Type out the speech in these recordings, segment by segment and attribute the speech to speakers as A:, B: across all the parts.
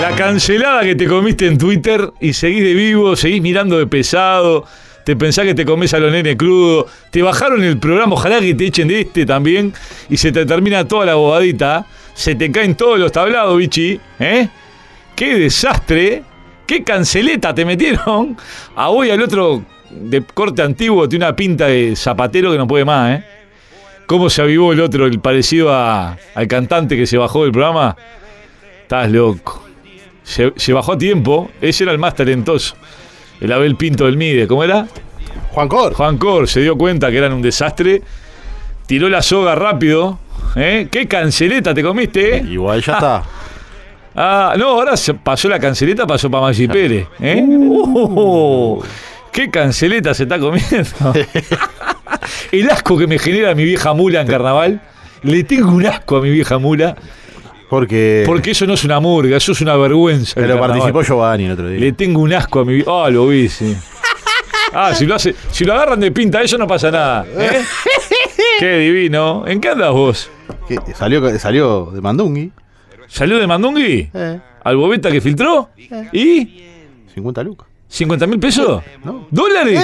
A: La cancelada que te comiste en Twitter y seguís de vivo, seguís mirando de pesado, te pensás que te comes a los nenes crudos, te bajaron el programa, ojalá que te echen de este también y se te termina toda la bobadita, se te caen todos los tablados, bichi, ¿eh? ¡Qué desastre! ¡Qué canceleta te metieron! A hoy al otro de corte antiguo tiene una pinta de zapatero que no puede más, ¿eh? ¿Cómo se avivó el otro, el parecido a- al cantante que se bajó del programa? Estás loco. Se, se bajó a tiempo. Ese era el más talentoso. El Abel Pinto del Mide. ¿Cómo era?
B: Juan Cor.
A: Juan Cor se dio cuenta que eran un desastre. Tiró la soga rápido. ¿eh? ¿Qué canceleta te comiste? eh?
B: Igual ya está.
A: Ah, no, ahora se- pasó la canceleta, pasó para Maxi Pérez. ¿eh? Uh, ¡Qué canceleta se está comiendo! El asco que me genera mi vieja mula en carnaval. Le tengo un asco a mi vieja mula.
B: Porque.
A: Porque eso no es una murga, eso es una vergüenza. el
B: Pero
A: carnaval.
B: participó Giovanni el otro día.
A: Le tengo un asco a mi vida. Ah, lo vi, sí. Ah, si lo, hace, si lo agarran de pinta a ellos no pasa nada. ¿eh? Qué divino. ¿En qué andas vos?
B: ¿Qué? Salió, salió de Mandungui.
A: ¿Salió de Mandungui?
B: Eh,
A: ¿Al bobeta que filtró? ¿Y?
B: 50 lucas.
A: ¿50 mil pesos?
B: No.
A: ¿Dólares?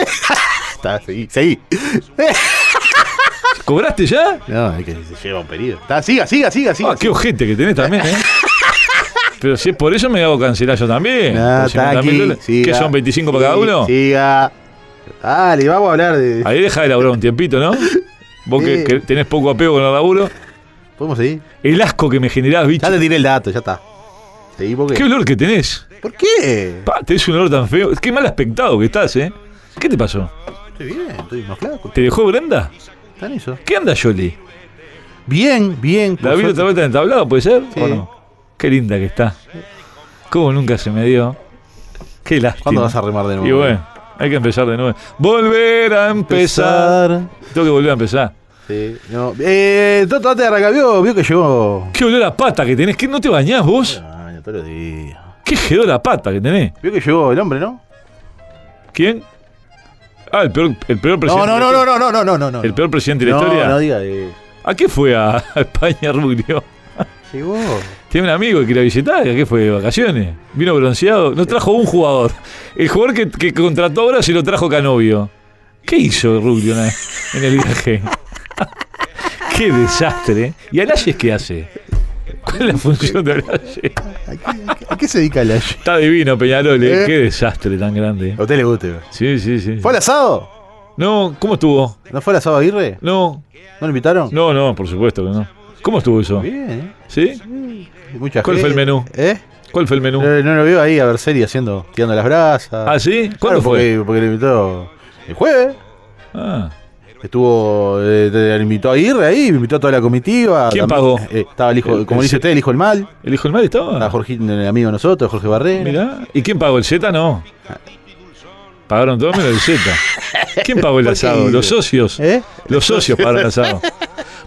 B: Está, seguí, seguí.
A: ¿Cobraste ya?
B: No, es que se lleva un pedido. Está, siga, siga, siga, siga.
A: Ah, qué ojete que tenés también, ¿eh? Pero si es por eso me hago cancelar yo también.
B: No,
A: Por 50.000
B: aquí,
A: dólares. ¿Qué
B: siga.
A: son 25 para cada
B: Sí,
A: uno? Ah.
B: Siga. Dale, vamos a hablar de.
A: Ahí deja de laburar un tiempito, ¿no? Vos que,
B: Sí.
A: que tenés poco apego con el laburo.
B: ¿Podemos seguir?
A: El asco que me generás, bicho.
B: Ya te tiré el dato, ya está. Seguí porque.
A: Qué olor que tenés.
B: ¿Por qué?
A: Pa, tenés un olor tan feo. Qué mal aspectado que estás, ¿eh? ¿Qué te pasó?
B: Estoy bien, estoy más flaco.
A: ¿Te dejó Brenda?
B: Está en eso.
A: ¿Qué anda, Yoli?
B: Bien, bien. por
A: ¿La vi
B: suerte.
A: otra vez en el tablado, puede ser?
B: Sí.
A: ¿O no? Qué linda que está. Cómo nunca se me dio. Qué lástima.
B: ¿Cuándo vas a remar de nuevo?
A: Y bueno, hay que empezar de nuevo. Volver a empezar. Tengo que volver a empezar.
B: Sí, no. Eh, to- trate de arrancar, vio, vio que llegó.
A: Qué olor a pata que tenés. ¿Qué no te bañás vos?
B: Año, todos los días.
A: Qué gedor la pata que tenés.
B: Vio que llegó el hombre, ¿no?
A: ¿Quién? Ah, el peor, el peor presidente.
B: no, no, no, no, no, no.
A: El peor presidente de la
B: no,
A: historia.
B: no diga eh,
A: ¿A qué fue a, a España, Rubio?
B: Llegó.
A: Tiene un amigo que quiere visitar, que fue de vacaciones. Vino bronceado, no trajo un jugador. El jugador que, que contrató ahora se lo trajo Canovio. ¿Qué hizo Rubio en en el viaje? Qué desastre. ¿eh? ¿Y Alayes qué hace? ¿Cuál es la función de Alayes?
B: ¿A qué, a qué- a qué se dedica el ayer?
A: Está divino Peñarol, ¿eh? qué desastre tan grande. ¿eh?
B: A usted le guste. vio.
A: Sí, sí, sí.
B: ¿Fue al asado?
A: No, ¿cómo estuvo?
B: ¿No fue al asado Aguirre?
A: No,
B: ¿No lo invitaron?
A: no, no, por supuesto que no. ¿Cómo estuvo eso?
B: Bien,
A: ¿Sí?
B: eh. Mucha
A: ¿Cuál fue el
B: gente.
A: menú?
B: ¿Eh?
A: ¿Cuál fue el menú?
B: No, no lo veo ahí a Berseri haciendo, tirando las brasas.
A: ¿Ah, sí? ¿Cuándo fue?
B: Claro, Porque, porque lo invitó el jueves.
A: Ah.
B: Estuvo, eh, te- le invitó a Aguirre ahí, invitó a toda la comitiva.
A: ¿Quién
B: También,
A: pagó?
B: eh, estaba el hijo,
A: El-
B: como
A: el-
B: dice usted, el hijo del mal.
A: ¿El hijo del mal estaba?
B: Estaba Jorge, el amigo de nosotros, Jorge Barrera.
A: Mirá, ¿y quién pagó el Z? No. Pagaron todo menos el Z. ¿Quién pagó el
B: qué
A: asado?
B: dice?
A: Los socios.
B: ¿Eh?
A: Los socios pagaron el asado.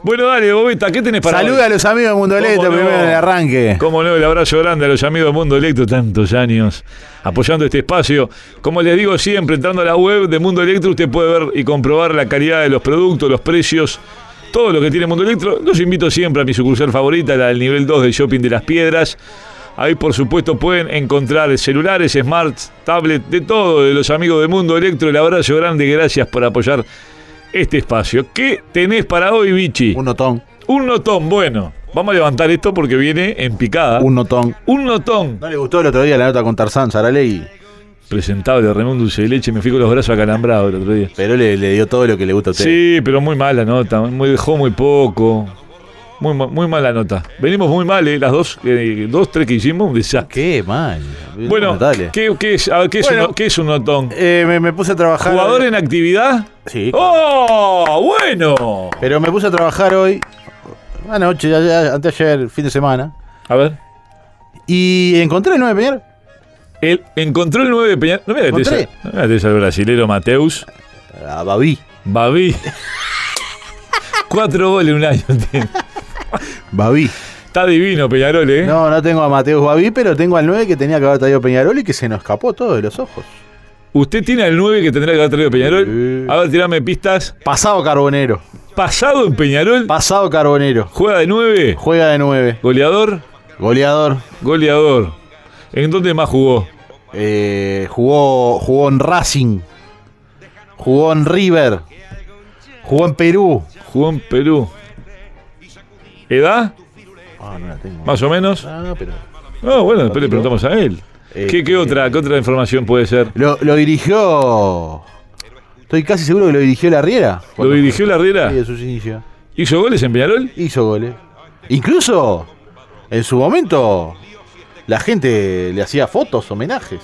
A: Bueno, dale, Bobeta, ¿qué tenés para
B: Saluda a
A: hoy?
B: los amigos de Mundo
A: ¿Cómo
B: Leto
A: no?
B: primero en el arranque.
A: Cómo no, el abrazo grande a los amigos de Mundo Electro, tantos años apoyando este espacio. Como les digo siempre, entrando a la web de Mundo Electro, usted puede ver y comprobar la calidad de los productos, los precios, todo lo que tiene Mundo Electro. Los invito siempre a mi sucursal favorita, la del nivel 2 del Shopping de las Piedras. Ahí, por supuesto, pueden encontrar celulares, smarts, tablets, de todo, de los amigos de Mundo Electro. El abrazo grande, gracias por apoyar este espacio. ¿Qué tenés para hoy, Vichy?
B: Un notón,
A: Un notón, bueno. Vamos a levantar esto porque viene en picada.
B: un notón.
A: Un notón.
B: No le gustó el otro día la nota con Tarzán Saraley,
A: Presentable, Ramón Dulce de Leche, me fui con los brazos acalambrados el otro día.
B: pero le, le dio todo lo que le gusta a usted.
A: Sí, pero muy mala nota, muy, dejó muy poco. Muy, ma- muy mala nota. Venimos muy mal, eh, las dos, eh, dos, tres que hicimos, un desastre.
B: Qué mal.
A: Bueno,
B: Notable.
A: ¿qué, qué es, a ver, ¿qué es
B: Bueno.
A: un, qué es un notón?
B: Eh, me, me puse a trabajar.
A: ¿Jugador en actividad?
B: Sí.
A: ¡Oh! ¡Bueno!
B: Pero me puse a trabajar hoy, anoche, ayer, anteayer, fin de semana.
A: A ver.
B: Y encontré el 9 Peñarol.
A: El, encontró el 9 de Peña. No me ates
B: Encontré.
A: no me ates al brasilero Mateus.
B: A Babi.
A: Babi. Cuatro goles en un año. tiene.
B: Babi.
A: Está divino Peñarol, ¿eh?
B: No, no tengo a Mateus Babi, pero tengo al 9 que tenía que haber traído Peñarol y que se nos escapó todo de los ojos.
A: Usted tiene al 9 que tendrá que haber traído Peñarol.
B: Sí.
A: A ver, tirame pistas.
B: Pasado Carbonero.
A: Pasado en Peñarol.
B: Pasado Carbonero.
A: Juega de 9.
B: Juega de 9.
A: Goleador.
B: Goleador.
A: Goleador. ¿En dónde más jugó?
B: Eh, jugó, jugó en Racing. Jugó en River. Jugó en Perú.
A: Jugó en Perú. ¿Edad?
B: Ah, no la tengo.
A: Más o menos.
B: Ah, no, pero-
A: No, bueno, después le preguntamos a él.
B: Eh,
A: ¿Qué, qué otra, qué otra información puede ser?
B: Lo, lo dirigió. Estoy casi seguro que lo dirigió la Riera.
A: ¿Lo dirigió la Riera?
B: Sí, de sus inicios.
A: ¿Hizo goles en Peñarol?
B: Hizo goles. Incluso, en su momento, la gente le hacía fotos, homenajes.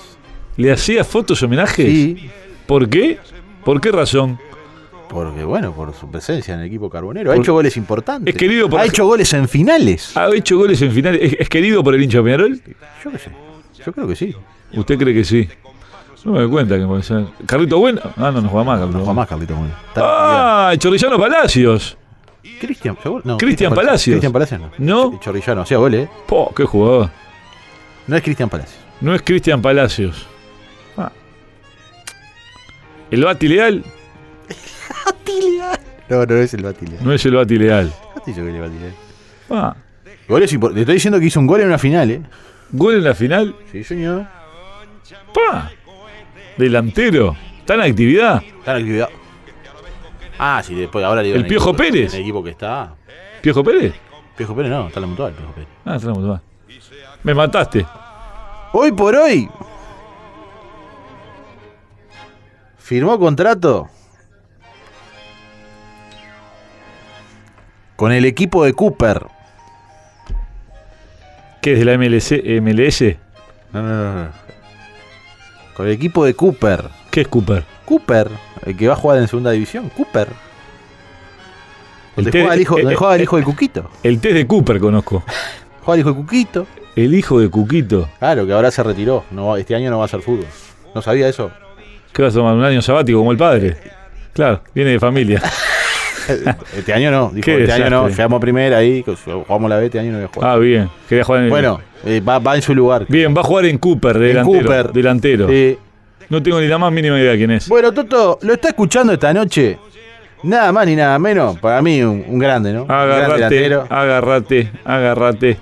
A: ¿Le hacía fotos homenajes?
B: Sí,
A: ¿Por qué? ¿Por qué razón?
B: porque bueno, por su presencia en el equipo carbonero. Ha
A: Por-
B: hecho goles importantes.
A: Es querido por-
B: Ha hecho goles en finales.
A: ¿Ha hecho goles en finales? ¿Es, es querido por el hincha de Peñarol?
B: Yo qué sé. Yo creo que sí.
A: ¿Usted cree que sí? No me doy cuenta que puede ser. ¿Carlito Bueno? Ah, no, nos va más, Carlito
B: No,
A: Bueno.
B: más Carlito Bueno. Está-
A: ¡Ah! Chorrillano Palacios.
B: Cristian, seguro- no,
A: Cristian Palacios.
B: Cristian Palacios no.
A: ¿No?
B: Chorrillano hacía goles. eh.
A: Po, ¡Qué jugador!
B: No es Cristian Palacios.
A: No es Cristian Palacios. Ah. ¿El Bati Leal?
B: No, no es el Batile.
A: No es el Bati Leal.
B: Estoy seguro que el Batile.
A: Ah.
B: Goles impor- Te estoy diciendo que hizo un gol en una final, ¿eh?
A: ¿Gol en la final?
B: Sí, señor.
A: ¡Pa! Delantero. Está en actividad.
B: Está en actividad. Ah, sí, después ahora le digo
A: El
B: en
A: Piojo
B: equipo-
A: Pérez.
B: En el equipo que está.
A: ¿Piojo Pérez?
B: Piojo Pérez no, está en la mutual, Piojo Pérez.
A: Ah, tenemos, va. Me mataste.
B: Hoy por hoy. Firmó contrato. Con el equipo de Cooper.
A: ¿Qué es de la MLC, MLS?
B: No, no, no, no. Con el equipo de Cooper.
A: ¿Qué es Cooper?
B: Cooper, el que va a jugar en segunda división. Cooper. Donde
A: Este-
B: juega el hijo,
A: eh,
B: donde
A: eh,
B: juega el
A: eh.
B: hijo de Cuquito.
A: El test de Cooper conozco.
B: Juega el hijo de Cuquito.
A: El hijo de Cuquito.
B: Claro, que ahora se retiró. No, va- este año no va a hacer fútbol. No sabía eso.
A: ¿Qué vas a tomar? ¿Un año sabático como el padre? Claro, viene de familia.
B: Este año no. Dijo,
A: Qué
B: este año no.
A: desastre.
B: Llegamos primera ahí, que jugamos la B, este año no voy a jugar.
A: Ah, bien. Quería jugar en el...
B: bueno, eh, va, va en su lugar.
A: Bien, va a jugar en Cooper,
B: En
A: delantero.
B: Cooper.
A: Delantero.
B: Eh,
A: No tengo ni la más mínima idea quién es.
B: bueno, Toto, lo está escuchando esta noche. Nada más ni nada menos. Para mí, un, un grande, ¿no? Un gran
A: Ah, Agarrate,
B: delantero.
A: agarrate, agarrate.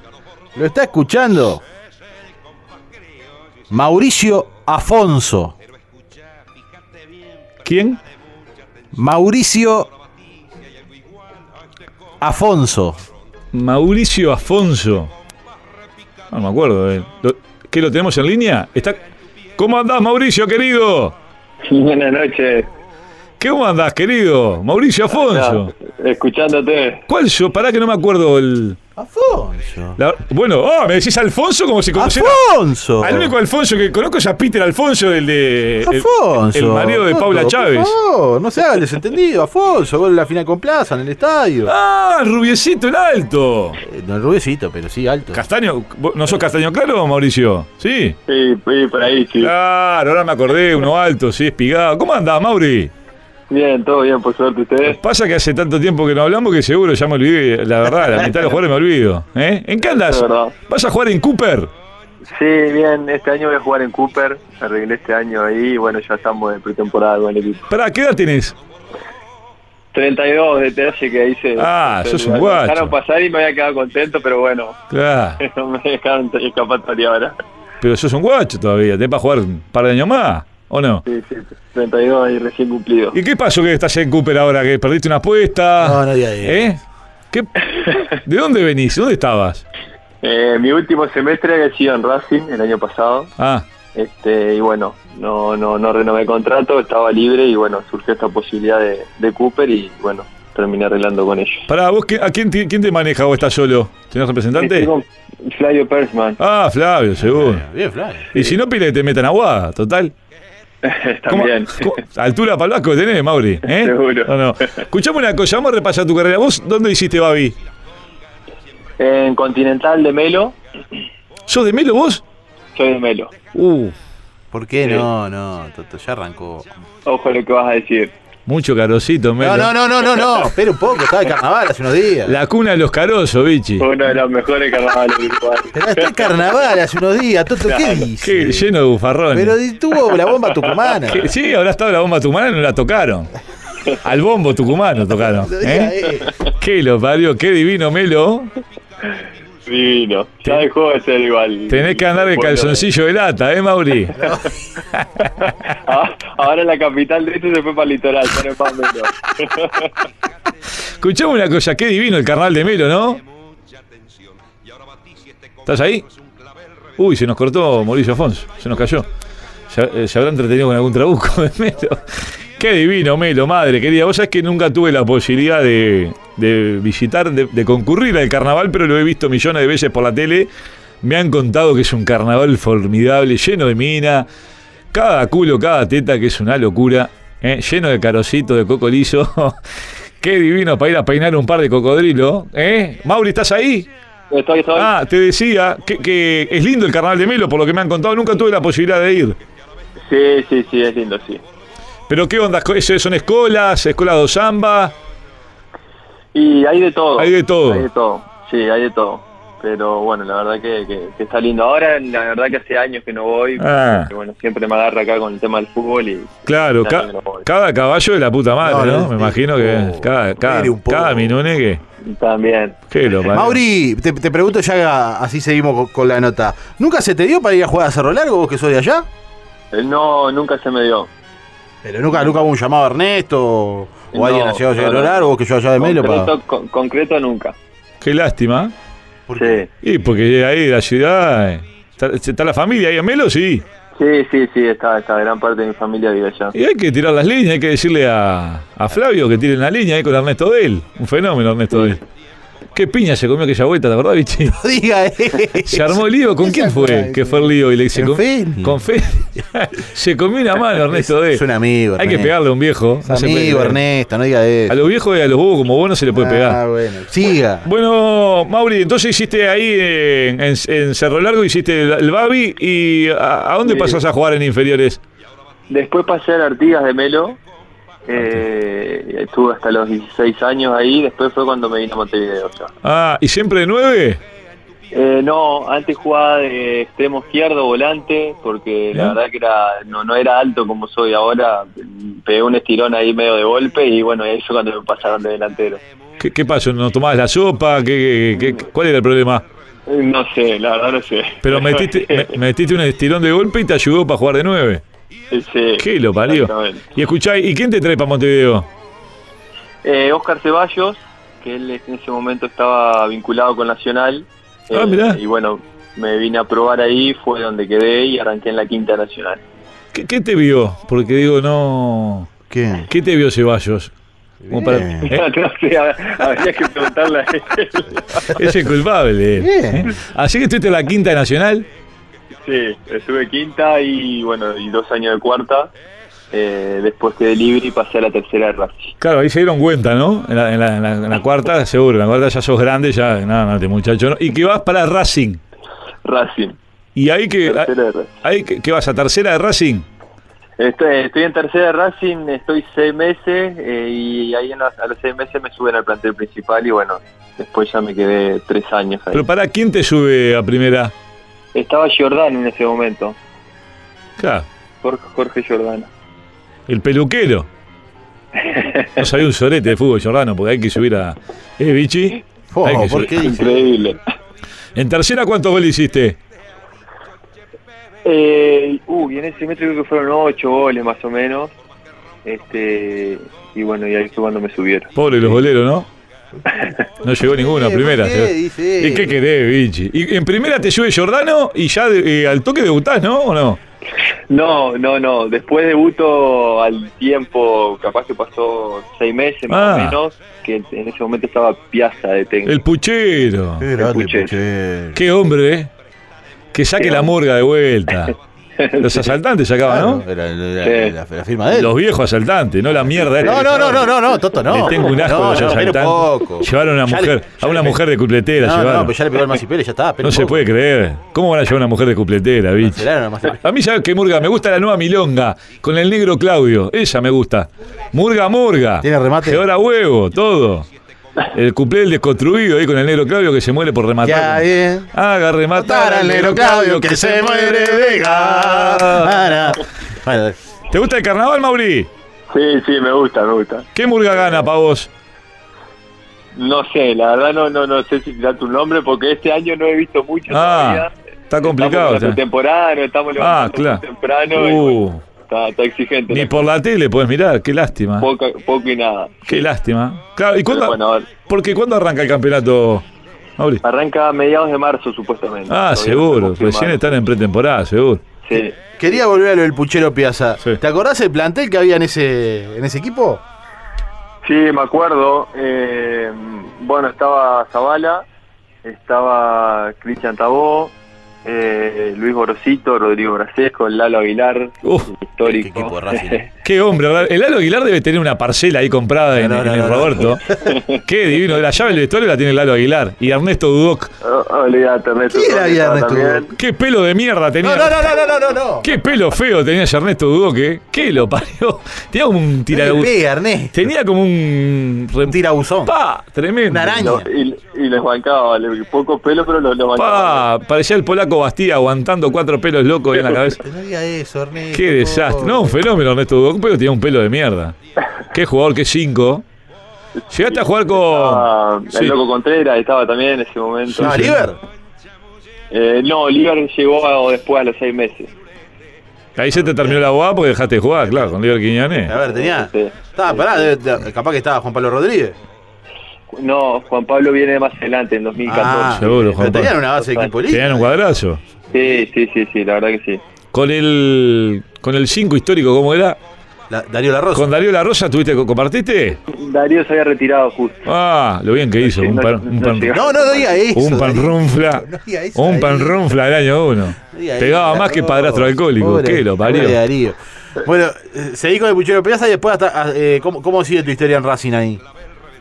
B: Lo está escuchando. Mauricio Afonso.
A: ¿Quién?
B: Mauricio Afonso.
A: Mauricio Afonso. No me acuerdo de él. Lo- ¿Qué lo tenemos en línea? Está... ¿Cómo andás, Mauricio, querido?
C: Buenas noches.
A: ¿Qué ¿Cómo andás, querido? Mauricio Afonso.
C: Ah, Escuchándote.
A: ¿Cuál yo? Pará que no me acuerdo el.
B: Afonso.
A: la- Bueno, oh, me decís Alfonso como si conociera.
B: Afonso.
A: Al único Alfonso que conozco es a Peter Alfonso, el de. Eh, el-
B: Afonso.
A: El, marido de
B: Toto,
A: Paula
B: por
A: Chávez.
B: favor, no se haga el desentendido. Afonso, gol de la final con Plaza en el estadio.
A: ¡Ah! el Rubiecito, el alto.
B: Eh, No el rubiecito, pero sí alto.
A: Castaño. ¿vos ¿No sos castaño claro, Mauricio? Sí.
C: Sí, sí, por ahí, sí.
A: Claro, ahora me acordé, uno alto, sí, espigado. ¿Cómo andás, Mauri?
C: Bien, todo bien, por suerte ustedes.
A: Pasa que hace tanto tiempo que no hablamos que seguro ya me olvidé, la verdad, la mitad de los jugadores me olvido. ¿eh? ¿En qué andas?
C: Es verdad.
A: ¿Vas a jugar en Cooper?
C: Sí, bien, este año voy a jugar en Cooper. Arreglé este año ahí y bueno, ya estamos en pretemporada con el equipo.
A: Pará, ¿qué edad tenés?
C: 32 de tercio que hice.
A: Ah,
C: Entonces,
A: sos un
C: me
A: guacho.
C: dejaron pasar y me había quedado contento, pero bueno,
A: Claro,
C: no me dejaron escapatoria ahora.
A: pero sos un guacho todavía, tenés para jugar un par de años más, ¿o no?
C: Sí, sí, 32 y recién cumplido.
A: ¿Y qué pasó que estás en Cooper ahora? ¿Que perdiste una apuesta?
B: No, no diga eso.
A: ¿Eh? ¿Qué- ¿De dónde venís? ¿Dónde estabas?
C: Eh, mi último semestre había sido en Racing el año pasado.
A: Ah,
C: este y bueno no no no renové contrato estaba libre y bueno surgió esta posibilidad de, de Cooper y bueno terminé arreglando con ellos
A: pará, ¿vos qué- a quién, te- quién te maneja o estás solo? ¿Tenés
C: Estoy
A: representante?
C: con Flavio Persman
A: Ah, Flavio, seguro.
B: Bien, Flavio.
A: Y si no, pide que te metan aguada, total. ¿Cómo-
C: también
A: cómo- altura para el Vasco que tenés, Mauri. ¿eh?
C: Seguro.
A: No, no. Escuchame una cosa, vamos a repasar tu carrera. ¿Vos dónde hiciste Babi?
C: en Continental de Melo
A: ¿Sos de Melo vos?
C: soy de Melo
A: Uh,
B: ¿Por qué?
C: Sí.
B: No, no, Toto, ya arrancó.
C: ojo lo que vas a decir
A: mucho carosito, Melo.
B: No, no, no, no, no, no. Espera un poco, estaba de carnaval hace unos días.
A: La cuna de los carosos, bichi.
C: uno de los mejores carnavales de Uruguay
B: Pero está en carnaval hace unos días, Toto, ¿qué
A: Qué
B: dice?
A: lleno de bufarrones.
B: Pero di- tuvo la bomba tucumana.
A: Que- sí, habrá estado la bomba tucumana y no la tocaron. Al bombo tucumano tocaron.
B: No diga
A: ¿eh?
B: eso.
A: Qué lo parió, qué divino Melo.
C: Divino. Ya dejó de ser igual.
A: Tenés que andar de
C: Bueno,
A: calzoncillo de lata, ¿eh, Mauri?
C: ah, Ahora la capital de este se fue para el litoral, ya no es más menos.
A: Escuchame una cosa, qué divino el carnal de Melo, ¿no? ¿Estás ahí? Uy, se nos cortó Mauricio Afonso, se nos cayó. Se, eh, se habrá entretenido con algún trabuco de Melo. Qué divino, Melo, madre querida. Vos sabés que nunca tuve la posibilidad de, de visitar, de, de concurrir al carnaval, pero lo he visto millones de veces por la tele. Me han contado que es un carnaval formidable, lleno de mina, cada culo, cada teta, que es una locura, ¿eh? lleno de carocito, de coco liso. Qué divino para ir a peinar un par de cocodrilos. ¿eh? Mauri, ¿estás ahí?
C: Estoy, estoy.
A: Ah, te decía que, que es lindo el carnaval de Melo, por lo que me han contado, nunca tuve la posibilidad de ir.
C: Sí, sí, sí, es lindo, sí.
A: Pero ¿qué onda? ¿Eso ¿Son escolas? ¿Escolas de samba?
C: Y hay de todo.
A: Hay de todo.
C: Hay de todo, sí, hay de todo. Pero bueno, la verdad que, que- que está lindo. Ahora, la verdad que hace años que no voy.
A: Ah.
C: porque, bueno, siempre me agarra acá con el tema del fútbol y...
A: Claro,
C: Ya
A: ca-
C: no voy.
A: cada caballo de la puta madre,
B: No,
A: ¿no?
B: no,
A: Me
B: sí.
A: imagino que
B: Oh,
A: cada, cada,
B: mire un poco.
A: cada minone que...
C: También.
A: que lo parió.
B: Mauri, te, te pregunto ya, así seguimos con, con la nota. ¿Nunca se te dio para ir a jugar a Cerro Largo, vos que sos de allá?
C: Eh, No, nunca se me dio.
B: Pero nunca, nunca hubo un llamado a Ernesto o
C: Eh, No,
B: alguien nacido de
C: no,
B: Cerro
C: no.
B: Largo, vos que yo allá de Melo. para-
C: Concreto, con- concreto nunca.
A: Qué lástima.
B: ¿Por qué?
C: Sí.
A: Y porque ahí la ciudad... eh, ¿Está, está la familia ahí en Melo? Sí.
C: Sí, sí, sí, está, está. Gran parte de mi familia vive allá.
A: Y hay que tirar las líneas, hay que decirle a, a Flavio que tire la línea ahí con Ernesto Del. Un fenómeno Ernesto Del. Qué piña se comió aquella vuelta, la verdad, bichi.
B: No diga eso.
A: Se armó el lío, ¿con quién fue? Que fue el lío y le se
B: Con
A: com-
B: Feli.
A: Con Feli. se comió una mano Ernesto
B: Es un
A: Del.
B: amigo.
A: Hay que
B: Ernesto.
A: pegarle a un viejo.
B: Es
A: no se puede
B: amigo,
A: pegar.
B: Ernesto, no diga
A: A
B: eso.
A: los viejos y a los bobos como vos no se le puede pegar.
B: Ah, bueno. Siga.
A: Bueno, Mauri, entonces hiciste ahí en, en- en Cerro Largo, hiciste el, el Babi y ¿a, a dónde
C: Sí.
A: pasas a jugar en inferiores?
C: Después pasé a la Artigas de Melo. eh, estuve hasta los 16 años ahí. Después fue cuando me vine a Montevideo. ya.
A: Ah, ¿y siempre de nueve?
C: Eh, no, antes jugaba de extremo izquierdo, volante, porque
A: Bien.
C: la verdad que era, no, no era alto como soy ahora. Pegué un estirón ahí medio de golpe y bueno, eso cuando me pasaron de delantero.
A: ¿Qué, qué pasó? ¿No tomabas la sopa? ¿Qué, qué- qué- cuál era el problema?
C: Eh, No sé, la verdad no sé.
A: Pero metiste, me- metiste un estirón de golpe y te ayudó para jugar de nueve.
C: Sí,
A: ¿Qué lo parió?
C: exactamente.
A: Y escuchá, ¿y quién te trae para Montevideo?
C: Eh, Oscar Ceballos, que él en ese momento estaba vinculado con Nacional. Eh,
A: Ah, mirá.
C: Y bueno, me vine a probar ahí, fue donde quedé y arranqué en la quinta nacional.
A: ¿Qué, qué te vio? Porque digo, no...
B: ¿Qué?
A: ¿Qué te vio Ceballos? Como para-
B: Bien.
A: ¿Eh?
C: No sé, hab- habría que preguntarle a él.
A: Es el culpable.
B: Bien.
A: ¿eh? Así que estuviste en la quinta nacional.
C: Sí, estuve quinta y bueno, y dos años de cuarta. Eh, después quedé libre y pasé a la tercera de Racing.
A: Claro, ahí se dieron cuenta, ¿no? En la, en la- en la- en la cuarta, seguro, en la cuarta ya sos grande, ya, nada, no, este muchacho, ¿no? Y que vas para Racing.
C: Racing,
A: Y ahí que,
C: tercera de Racing.
A: ahí que, que vas a tercera de Racing.
C: Estoy, estoy en tercera de Racing, estoy seis meses eh, y ahí en los- a los seis meses me suben al plantel principal y bueno, después ya me quedé tres años ahí.
A: Pero para quién te sube a primera?
C: Estaba Jordán en ese momento,
A: Claro,
C: Jorge, Jorge Jordán.
A: el peluquero. No sabía un sorete de fútbol jordano, porque hay que subir a. ¿Eh, Vichy?
B: Oh,
A: Hay que
B: ¿Por
A: subir.
B: qué dice?
C: Increíble.
A: En tercera, ¿cuántos goles hiciste?
C: Eh, uy, en ese metro creo que fueron ocho goles más o menos. Este, y bueno, y ahí fue cuando me subieron.
A: Pobre los goleros, ¿no? No llegó ninguno a
B: Eh,
A: primera.
B: ¿por
A: llegó.
B: qué dice
A: ¿Y qué querés, Vichy? Y en primera te sube Jordano y ya de- eh, al toque debutás, ¿no? ¿O no?
C: No, no, no. Después debuto al tiempo, capaz que pasó seis meses más
A: Ah.
C: o menos, que en ese momento estaba Piazza de técnico.
A: El puchero.
B: Qué grande,
C: Escuché.
B: Puchero.
A: Qué hombre, ¿eh? Que saque
C: Qué
A: la
C: hombre.
A: murga de vuelta. Los asaltantes sacaban,
B: Claro,
A: ¿no?
B: era- era-
C: Sí.
B: era la, la firma de él.
A: Los viejos asaltantes, no la mierda. esta
B: No,
A: que
B: no, no,
A: llevaron.
B: no, no, no, Toto, no.
A: Le tengo un asco
B: no,
A: de los
B: no, pero poco.
A: asaltantes. Llevaron a una
B: Ya le-
A: mujer,
B: ya
A: a una
B: le-
A: mujer de cupletera,
B: No, no,
A: llevaron.
B: pero ya le pegó el Maciperes, ya está.
A: No se puede creer. ¿Cómo van a llevar a una mujer de cupletera, bicho?
B: Será nomás.
A: A mí, ¿sabes qué, Murga? Me gusta la nueva Milonga, con el negro Claudio. Esa me gusta. Murga, Murga.
B: ¿Tiene remate?
A: Ahora huevo, todo. El cuplé del desconstruido ahí con el negro Claudio que se muere por rematar.
B: Ya, bien.
A: Haga rematar eh. al negro Claudio que se muere de gas.
B: Bueno,
A: ¿Te gusta el carnaval, Mauri?
C: Sí, sí, me gusta, me gusta.
A: ¿Qué murga gana para vos?
C: No sé, la verdad no, no, no sé si da tu nombre porque este año no he visto mucho
A: Ah,
C: todavía.
A: está complicado.
C: Estamos en
A: ya.
C: la temporada, no estamos
A: Ah,
C: levantando
A: claro.
C: temprano y
A: Uh,
C: bueno, está, está exigente.
A: ni
C: la-
A: por la tele puedes mirar, qué lástima.
C: poco, poco y nada.
A: Qué lástima. Claro, ¿y
C: Pero
A: cuándo?
C: bueno, a ver,
A: Porque cuándo arranca el campeonato, Mauri?
C: arranca a mediados de marzo supuestamente.
A: Ah,
C: Todavía
A: seguro.
C: no se confirma.
A: Recién están en pretemporada, seguro.
C: Sí.
B: Quería volver a lo del puchero Piazza.
A: Sí.
B: ¿Te acordás el plantel que había en ese, en ese equipo?
C: Sí, me acuerdo. Eh, bueno, estaba Zavala, estaba Cristian Tabó, eh, Luis Borosito, Rodrigo Brasesco, Lalo Aguilar,
A: Uf,
C: histórico.
B: Qué equipo de Racing, eh.
A: qué hombre. ¿verdad? El Lalo Aguilar debe tener una parcela ahí comprada en,
B: No, no,
A: en el
B: no, no.
A: Roberto. Qué divino. La llave del vestuario la tiene el Lalo Aguilar. Y Ernesto Dudoc.
C: O- Oh, Olvídate, Ernesto.
B: ¿Quién
C: Torres
B: había
C: estaba
B: Ernesto?
C: también.
A: Qué pelo de mierda tenía.
B: No, no, no, no, no, no, no.
A: Qué pelo feo tenía ese Ernesto Dudoc. ¿eh? ¿Qué lo parió? Tenía como un
B: Tira
A: tirabuzón.
B: pega, Ernesto.
A: Tenía como un. rem-
B: Un tirabuzón.
A: Pa, tremendo.
B: Una araña.
C: No, y, y les bancaba, le- pocos pelos, pero los, los bancaba.
A: Pa, parecía el polaco Bastía aguantando cuatro pelos locos ahí en la cabeza.
B: No diga eso, Ernesto.
A: Qué desastre. No, un fenómeno Ernesto Dudoc, pero tenía un pelo de mierda. Qué jugador, qué cinco. Llegaste a jugar
C: Estaba
A: con.
C: El
A: Sí.
C: loco Contreras estaba también en ese momento.
B: No, River.
C: Eh, no, Oliver llegó a- después a los seis meses.
A: Ahí se te terminó la boda porque dejaste de jugar, claro, con Liver Quiñones.
B: A ver, tenía.
C: Sí.
B: Estaba, pará, debe- de- capaz que estaba Juan Pablo Rodríguez.
C: No, Juan Pablo viene más adelante, en 2014.
A: seguro, Juan
B: Ah, Pero tenían
A: Pablo.
B: una base de equipo
A: Tenían
B: libre.
A: un cuadrazo.
B: Ah.
C: Sí, sí, sí, sí, la verdad que sí.
A: Con el. Con el 5 histórico, ¿cómo era?
B: Darío La Rosa.
A: ¿Con Darío La Rosa tuviste, compartiste?
C: Darío se había retirado justo.
A: Ah, lo bien que hizo. Un pan, un pan-
B: No, no, no diga eso.
A: un panrunfla.
B: No diga eso,
A: Un
B: Darío.
A: panrunfla del año uno.
B: No diga
A: Pegaba
B: eso,
A: más que
B: no.
A: padrastro alcohólico.
B: Pobre-
A: ¿Qué lo
B: pobre
A: parió?
B: Darío. Bueno, eh, seguí con el Puchero Piazza y después hasta. eh, ¿cómo, ¿Cómo sigue tu historia en Racing ahí?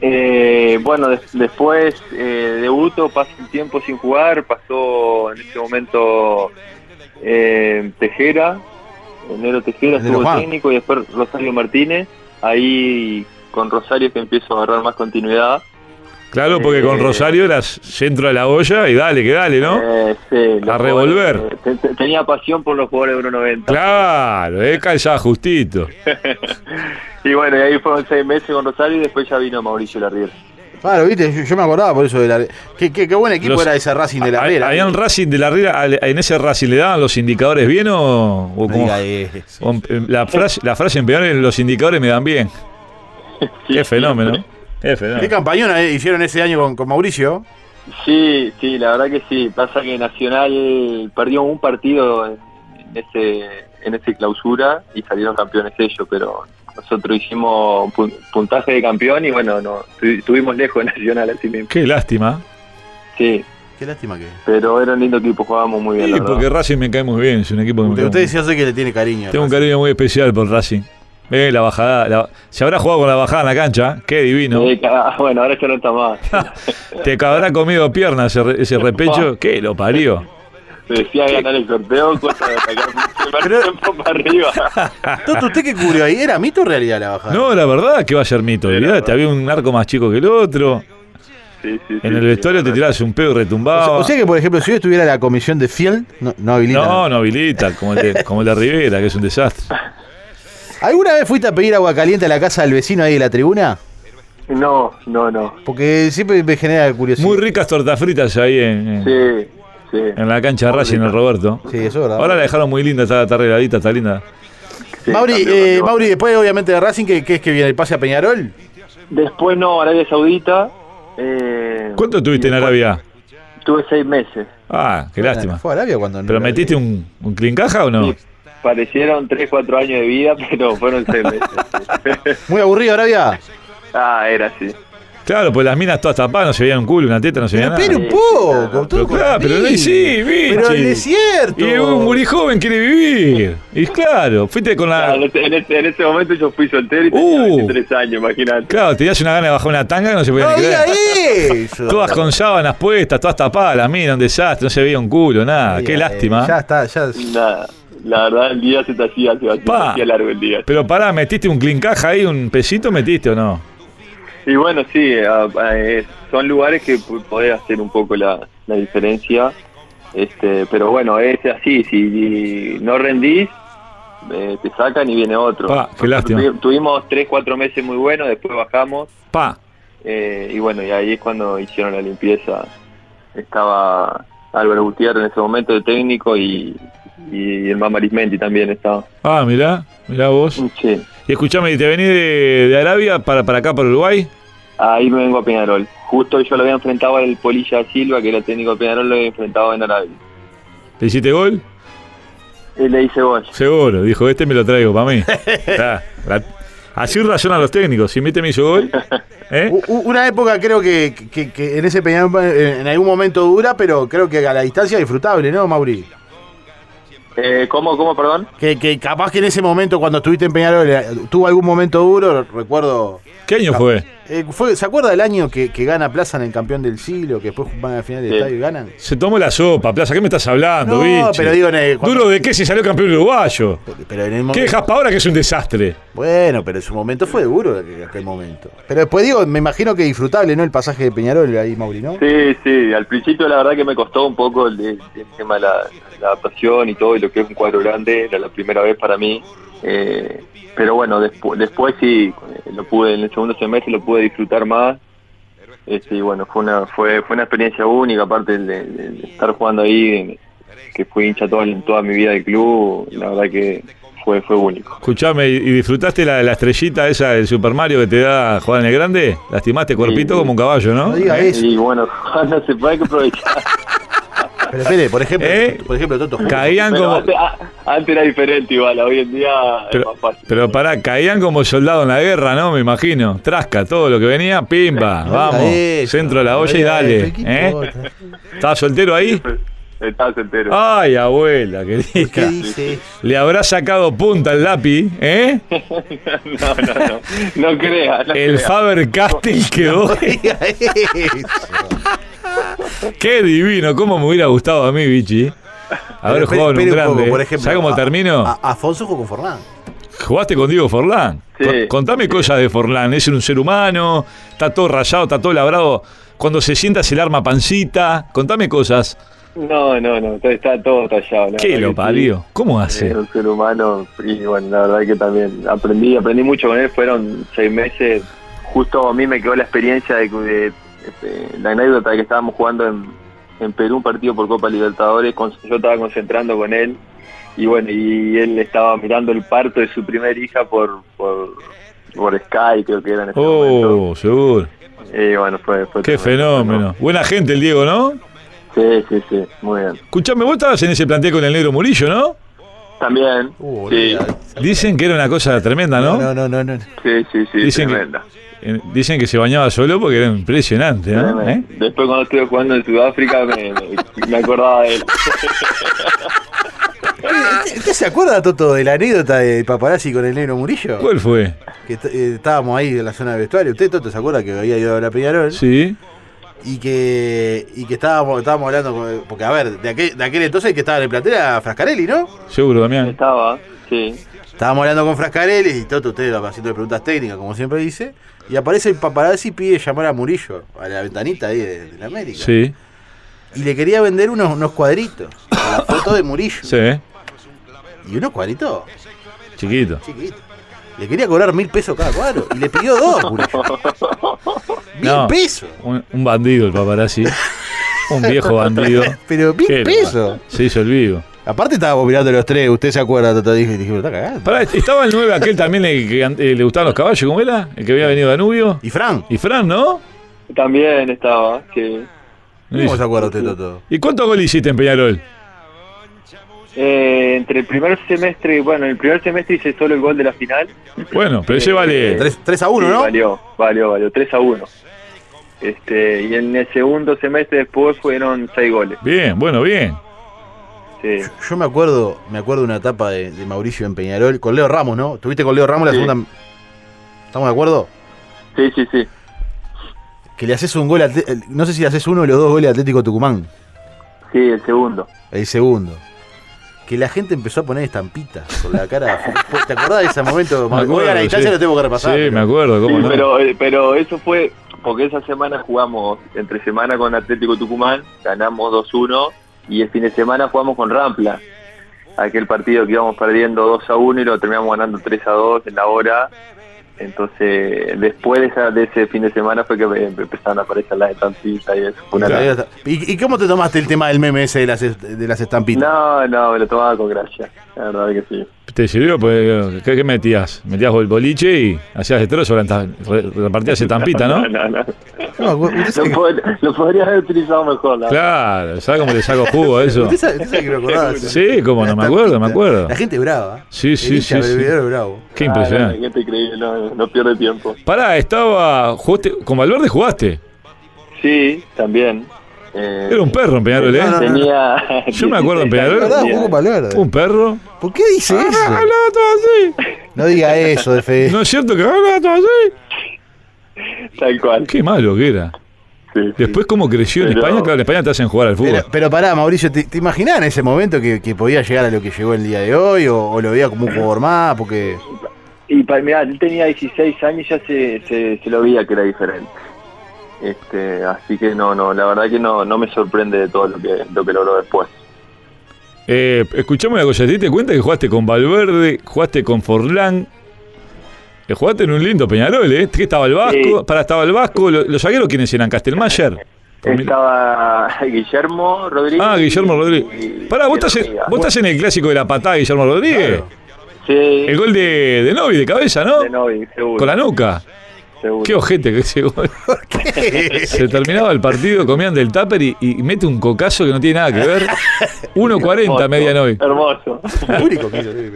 C: Eh, bueno, des- después eh, debuto, pasó un tiempo sin jugar, pasó en ese momento eh, Tejera, enero Tejera
B: Enero
C: estuvo
B: Juan.
C: técnico y después Rosario Martínez. Ahí con Rosario que empiezo a agarrar más continuidad.
A: Claro, porque con
C: Eh,
A: Rosario eras centro de la olla y dale, que dale, ¿no?
C: Eh, sí, los
A: A revolver.
C: jugadores, eh, te- te- tenía pasión por los jugadores de 1.90.
A: Claro, eh, calzaba justito.
C: Y bueno, y ahí fueron seis meses con Rosario y después ya vino Mauricio Larrier.
B: Claro, viste, yo, yo me acordaba por eso de la. Qué, qué, qué buen equipo
A: Los-
B: era ese Racing de la Vera.
A: Había un Ah, Racing de la Riera, al- en ese Racing le daban los indicadores bien o, o
B: No
A: como-
B: diga eso.
A: o en- la frase, la frase en peor es, los indicadores me dan bien. Qué fenómeno. Qué
B: Qué
A: fenómeno.
B: campañona eh, hicieron ese año con, con Mauricio.
C: Sí, sí, la verdad que sí. Pasa que Nacional perdió un partido en, en ese en ese clausura y salieron campeones ellos, pero nosotros hicimos pu- puntaje de campeón y bueno, no tu- estuvimos lejos de Nacional así mismo.
A: Qué lástima.
C: Sí,
B: Qué lástima que.
C: pero era un lindo equipo, jugábamos muy bien.
A: Sí,
C: la
A: porque
C: verdad.
A: Racing me cae muy bien, es un equipo que me
B: Usted,
A: cae
B: usted
A: muy bien.
B: decía sé que le tiene cariño.
A: Tengo un
B: Racing.
A: cariño muy especial por Racing. Eh, la bajada. la- se habrá jugado con la bajada en la cancha. Qué divino.
C: Eh, ah, bueno, ahora ya no está más.
A: Te habrá comido piernas ese, re- ese repecho. ¿Qué? Lo parió.
C: Decía ganar el sorteo, cosa de sacar el primer tiempo para arriba.
B: Toto, ¿usted qué cubrió ahí? ¿Era mito o realidad la bajada?
A: No, la verdad que va a ser mito. Olvidate, había un arco más chico que el otro.
C: Sí, sí,
A: En
C: sí,
A: el
C: sí.
A: vestuario te tirabas un pedo y
B: O sea,
A: retumbaba.
B: o sea que, por ejemplo, si yo estuviera en la comisión de Field, no, no habilita.
A: no, no habilita, como el, de, como el de Rivera, que es un desastre.
B: ¿Alguna vez fuiste a pedir agua caliente a la casa del vecino ahí de la tribuna?
C: No, no, no.
B: Porque siempre me genera curiosidad.
A: Muy ricas tortas fritas ahí en, en-
C: Sí, sí.
A: en la cancha de Racing, en el Roberto.
B: Sí, eso es verdad.
A: Ahora la dejaron muy linda, está, está arregladita, está linda.
C: sí,
B: Mauri,
C: campeón,
B: eh,
C: campeón.
B: Mauri, después obviamente de Racing, ¿qué, qué es que viene? ¿El pase a Peñarol?
C: Después no, Arabia Saudita. eh,
A: ¿Cuánto tuviste en
C: y después-
A: Arabia?
C: Tuve seis meses.
A: Ah, qué lástima.
B: Fue a Arabia cuando no
A: ¿Pero
B: era-
A: metiste un, un clincaja o no?
C: Sí, parecieron tres, cuatro años de vida, pero fueron seis meses.
B: Muy aburrido Arabia.
C: ah, era así.
A: Claro, pues las minas todas tapadas, no se veían un culo, una teta, no se veía
B: Pero
A: nada.
B: espera un
C: Sí,
B: poco. todo
A: Ah. Pero
B: con
A: claro, pero no
B: pibe.
A: sí, bichi.
B: Pero el desierto.
A: Y un muri joven quiere vivir. Y claro, fuiste con la.
C: Ah, en, ese, en ese- en ese momento yo fui soltero y tenía
A: Uh.
C: 23 años, imagínate.
A: Claro, tenías una gana de bajar una tanga que no se podía
B: No
A: ni
B: diga
A: creer.
B: eso.
A: Todas con sábanas puestas, todas tapadas, las minas, un desastre, no se veía un culo, nada. Ah, Qué
B: Eh,
A: lástima.
B: Ya está, ya.
C: Nada, la verdad el día se te hacía, se te
A: Pa.
C: hacía largo el día.
A: Pero pará, ¿metiste un clincaja ahí, un pesito metiste o no?
C: Y bueno, sí, ah, ah, eh, son lugares que pu- podés hacer un poco la, la diferencia. Este, pero bueno, es así, si no rendís, eh, te sacan y viene otro.
A: Pa, Ah, qué lástima.
C: Tu- Tuvimos tres, cuatro meses muy buenos, después bajamos.
A: Pa.
C: Eh, y bueno, y ahí es cuando hicieron la limpieza. Estaba Álvaro Gutiérrez en ese momento de técnico y, y el Mama Arismendi también estaba.
A: Ah, mirá, mirá vos.
C: Sí.
A: Y escuchame, ¿y te venís de, de Arabia para, para acá, para Uruguay?
C: Ahí me vengo a Peñarol. Justo yo lo había enfrentado al Polilla Silva, que era técnico de Peñarol, lo había enfrentado en Arabia.
A: ¿Te hiciste gol?
C: Y le hice gol.
A: Seguro, dijo, este me lo traigo para mí. Está, la- así razonan los técnicos, si mete me hizo gol. ¿eh?
B: U- u- Una época creo que, que- que en ese Peñarol eh, en algún momento dura, pero creo que a la distancia disfrutable, ¿no, Mauri?
C: Eh, ¿Cómo, cómo, perdón?
B: Que, que capaz que en ese momento, cuando estuviste en Peñarol, eh, tuvo algún momento duro, recuerdo.
A: ¿Qué año fue?
B: eh, fue- ¿Se acuerda del año que, que gana Plaza en el campeón del siglo, que después van a la final del
C: Sí.
B: estadio y ganan?
A: Se tomó la sopa, Plaza, ¿qué me estás hablando,
B: No,
A: biche?
B: pero digo, en el- cuando- eh.
A: Duro de qué si salió campeón uruguayo.
B: Pero en el
A: ¿Qué
B: momento,
A: dejas para ahora que es un desastre?
B: bueno, pero en su momento fue duro aquel, aquel momento. Pero después digo, me imagino que disfrutable, ¿no? El pasaje de Peñarol ahí, Mauri, ¿no?
C: Sí, sí, al principio la verdad que me costó un poco el, el- el tema de la, la adaptación y todo, y lo que es un cuadro grande, era la primera vez para mí. Eh, pero bueno, despu- después sí, eh, lo pude, en el segundo semestre lo pude disfrutar más. Este, y bueno, fue una, fue, fue una experiencia única, aparte el de, de- de estar jugando ahí, en- que fui hincha toda, toda mi vida del club, la verdad que fue, fue único.
A: Escuchame, ¿y y disfrutaste la, la estrellita esa del Super Mario que te da jugar en el grande? Lastimaste cuerpito
C: Sí.
A: como un caballo,
B: No
A: ¿no?
B: diga eso.
C: Y bueno, no se puede que aprovechar.
B: Pero espere, por ejemplo,
A: ¿Eh?
B: por ejemplo, Toto.
A: Caían
C: Pero
A: como.
C: antes, a- antes era diferente igual, hoy en día es
A: Pero,
C: más fácil.
A: pero pará, caían como soldados en la guerra, ¿no? Me imagino. Trasca todo lo que venía, pimba,
B: No diga
A: vamos.
B: eso,
A: Centro de la
B: no
A: olla y
B: diga
A: dale.
B: eso, ¿qué
A: ¿eh?
B: importa?
A: ¿Estaba soltero ahí?
C: Estás entero.
A: Ay, abuela,
B: ¿Qué
A: querida.
B: dice?
A: Le habrá sacado punta al lápiz, ¿eh?
C: No, no, no. No creas. No
A: El
C: creas.
A: Faber Castell quedó.
B: Diga eso.
A: Qué divino, cómo me hubiera gustado a mí, bichi. Haber
B: Pero
A: jugado en
B: espere-
A: un
B: espere
A: grande.
B: poco, por ejemplo, ah,
A: ¿Sabes cómo
B: a-
A: termino?
B: a- Afonso jugó con Forlán.
A: Jugaste con Diego Forlán.
C: Sí.
A: Con- Contame cosas de Forlán. Es un ser humano, está todo rayado, está todo labrado. Cuando se sienta se le arma pancita. Contame cosas.
C: No, no, no. Está, está todo tallado. la
A: ¿Qué
C: verdad
A: lo
C: que
A: parió? ¿Cómo
C: sí.
A: hace? Oh,
C: Era un ser humano y bueno, la verdad que también aprendí, aprendí mucho con él. Fueron seis meses. Justo a mí me quedó la experiencia de, de- este, la anécdota de que estábamos jugando en, en Perú un partido por Copa Libertadores. con- yo estaba concentrando con él y bueno, y él estaba mirando el parto de su primer hija por, por, por Sky, creo que era en ese momento.
A: Oh, seguro.
C: Y bueno, fue, fue
A: Qué
C: tremendo, ¿no?
A: fenómeno. Buena gente el Diego, ¿no?
C: Sí, sí, sí, muy bien.
A: Escuchame, vos estabas en ese plantel con el negro Murillo, ¿no?
C: También.
B: Uh,
C: sí,
B: olvidado.
A: Dicen que era una cosa tremenda, ¿no?
B: No, no, no, no. no.
C: sí, sí, sí,
A: Dicen que-
C: tremenda.
A: Eh, Dicen que se bañaba solo porque era impresionante, ¿no?
C: Tremenda.
A: ¿Eh?
C: Después cuando estuve jugando en Sudáfrica me, me- me acordaba de él.
B: ¿Usted usted se acuerda, Toto, de la anécdota de paparazzi con el negro Murillo?
A: ¿Cuál fue?
B: Que est- eh, estábamos ahí en la zona de vestuario. ¿Usted, Toto, se acuerda que había ido a la Peñarol?
A: Sí.
B: Y que, y que estábamos, estábamos hablando. con- porque, a ver, de aquel, de aquel entonces el que estaba en el plantel era Frascarelli, ¿no?
A: Seguro, Damián.
C: Estaba, sí.
B: Estábamos hablando con Frascarelli y Toto, usted haciendo preguntas técnicas, como siempre dice. Y aparece el paparazzi y pide llamar a Murillo, a la ventanita ahí de, de la América.
A: Sí,
B: Y le quería vender unos, unos cuadritos. con La foto de Murillo.
A: sí.
B: Y unos cuadritos
A: Chiquito.
B: chiquito. Le quería cobrar mil pesos cada cuadro. Y le pidió dos, Murillo. Mil
A: No.
B: pesos.
A: Un, un bandido el paparazzi. Un viejo bandido.
B: Pero
A: Qué
B: mil pesos.
A: loco. Se hizo el vivo.
B: Aparte estábamos mirando los tres, usted se acuerda, Toto, dije, dije, pero está cagando.
A: Pará, estaba el 9 aquel también el que eh, le gustaban los caballos, ¿cómo era? El que había venido Danubio.
B: ¿Y Fran?
A: Y Fran, ¿no?
C: También estaba, sí.
A: No
B: ¿Cómo
A: hizo.
B: se acuerda usted, Toto?
A: ¿Y cuántos goles hiciste en Peñarol?
C: Eh, entre el primer semestre, bueno, en el primer semestre hice solo el gol de la final.
A: Bueno, pero ese vale.
B: 3, a 1,
C: Sí,
B: ¿no?
C: Valió, valió, valió, 3 a 1. Este, y en el segundo semestre después fueron 6 goles.
A: Bien, bueno, bien.
C: Sí.
B: Yo, yo me acuerdo, me acuerdo una etapa de, de Mauricio en Peñarol, con Leo Ramos, ¿no? Tuviste con Leo Ramos la
C: Sí.
B: segunda. ¿Estamos de acuerdo?
C: sí, sí, sí.
B: Que le haces un gol, a Atle- el- no sé si le haces uno de los dos goles a Atlético Tucumán,
C: Sí, el segundo.
B: el segundo. Que la gente empezó a poner estampitas por la cara. ¿Te acordás de ese momento?
A: Me acuerdo,
B: Hoy a la distancia
A: sí.
B: lo tengo que repasar.
A: Sí,
B: pero-
A: me acuerdo,
C: Sí,
A: ¿cómo no?
C: pero, eh, pero eso fue porque esa semana jugamos entre semana con Atlético Tucumán, ganamos 2-1 y el fin de semana jugamos con Rampla. Aquel partido que íbamos perdiendo 2 a 1 y lo terminamos ganando 3 a 2 en la hora. Entonces, después de, esa- de ese fin de semana fue que me- me empezaron a aparecer las estampitas y eso. Fue una lata.
B: ¿Y, y cómo te tomaste el tema del meme ese de las, est- de las estampitas?
C: No, no, me lo tomaba con gracia. La verdad que sí.
A: ¿Te sirvió? Pues, ¿qué, qué metías? Metías el boliche y hacías destrozo, renta- re- repartías estampita, ¿no?
C: No, no.
B: No, ¿usted sabe
C: Lo,
B: que-
C: pod- lo podría haber utilizado mejor, la
A: Claro, ¿sabes cómo le saco jugo a eso?
B: usted sabe- usted sabe que me acordaba.
A: Sí, cómo no, me acuerdo, me acuerdo.
B: La gente brava. ¿eh?
A: Sí, sí,
B: El hincha
A: sí, sí.
B: bebedero bravo.
A: Qué
C: Ah, no,
A: impresionante.
C: no, gente increíble, no, no pierde tiempo.
A: Pará, estaba. Jugaste, con Valverde jugaste.
C: Sí, también. Eh,
A: Era un perro en Peñarol, ¿eh?
B: No, no, no.
C: Tenía.
A: Yo me acuerdo en
C: 16
A: Peñarol.
C: años,
A: Verdad,
B: un poco Valverde.
A: Un perro.
B: ¿Por qué dice eso? Eh.
A: Hablaba todo así.
B: No diga eso de Fede.
A: ¿No es cierto que hablaba todo así?
C: Tal cual.
A: Qué malo que era.
C: Sí, sí.
A: Después, ¿cómo creció en
C: Pero-
A: España? Claro, en España te hacen jugar al fútbol.
B: Pero, pero pará, Mauricio, ¿te, te imaginás en ese momento que, que podía llegar a lo que llegó el día de hoy? ¿O, o lo veía como un jugador más? Porque.
C: Y para, mirá, él tenía 16 años y ya se, se, se lo veía que era diferente. Este, así que no, no, la verdad que no, no me sorprende de todo lo que, lo que logró después.
A: Eh, escuchame una cosa, ¿te diste cuenta que jugaste con Valverde, jugaste con Forlán? Eh, jugaste en un lindo Peñarol, ¿eh? Que estaba el Vasco,
C: Sí.
A: para estaba el Vasco, lo- los zagueros quiénes eran, Castelmayer. Por mí-
C: Estaba Guillermo Rodríguez.
A: Ah, Guillermo
C: y-
A: Rodríguez. Pará, vos
C: y
A: estás, en,
C: Rodríguez.
A: vos estás en el clásico de la patada, Guillermo Rodríguez.
B: Claro.
C: Sí,
A: El gol de, de Novi de cabeza, ¿no?
C: de Novi, seguro.
A: Con la nuca.
C: seguro.
A: Qué ojete que ese gol. Se terminaba el partido, comían del tupper y, y mete un cocazo que no tiene nada que ver. 1.40
C: Hermoso,
A: media Novi.
C: Hermoso.
B: Público que hizo, ¿eh?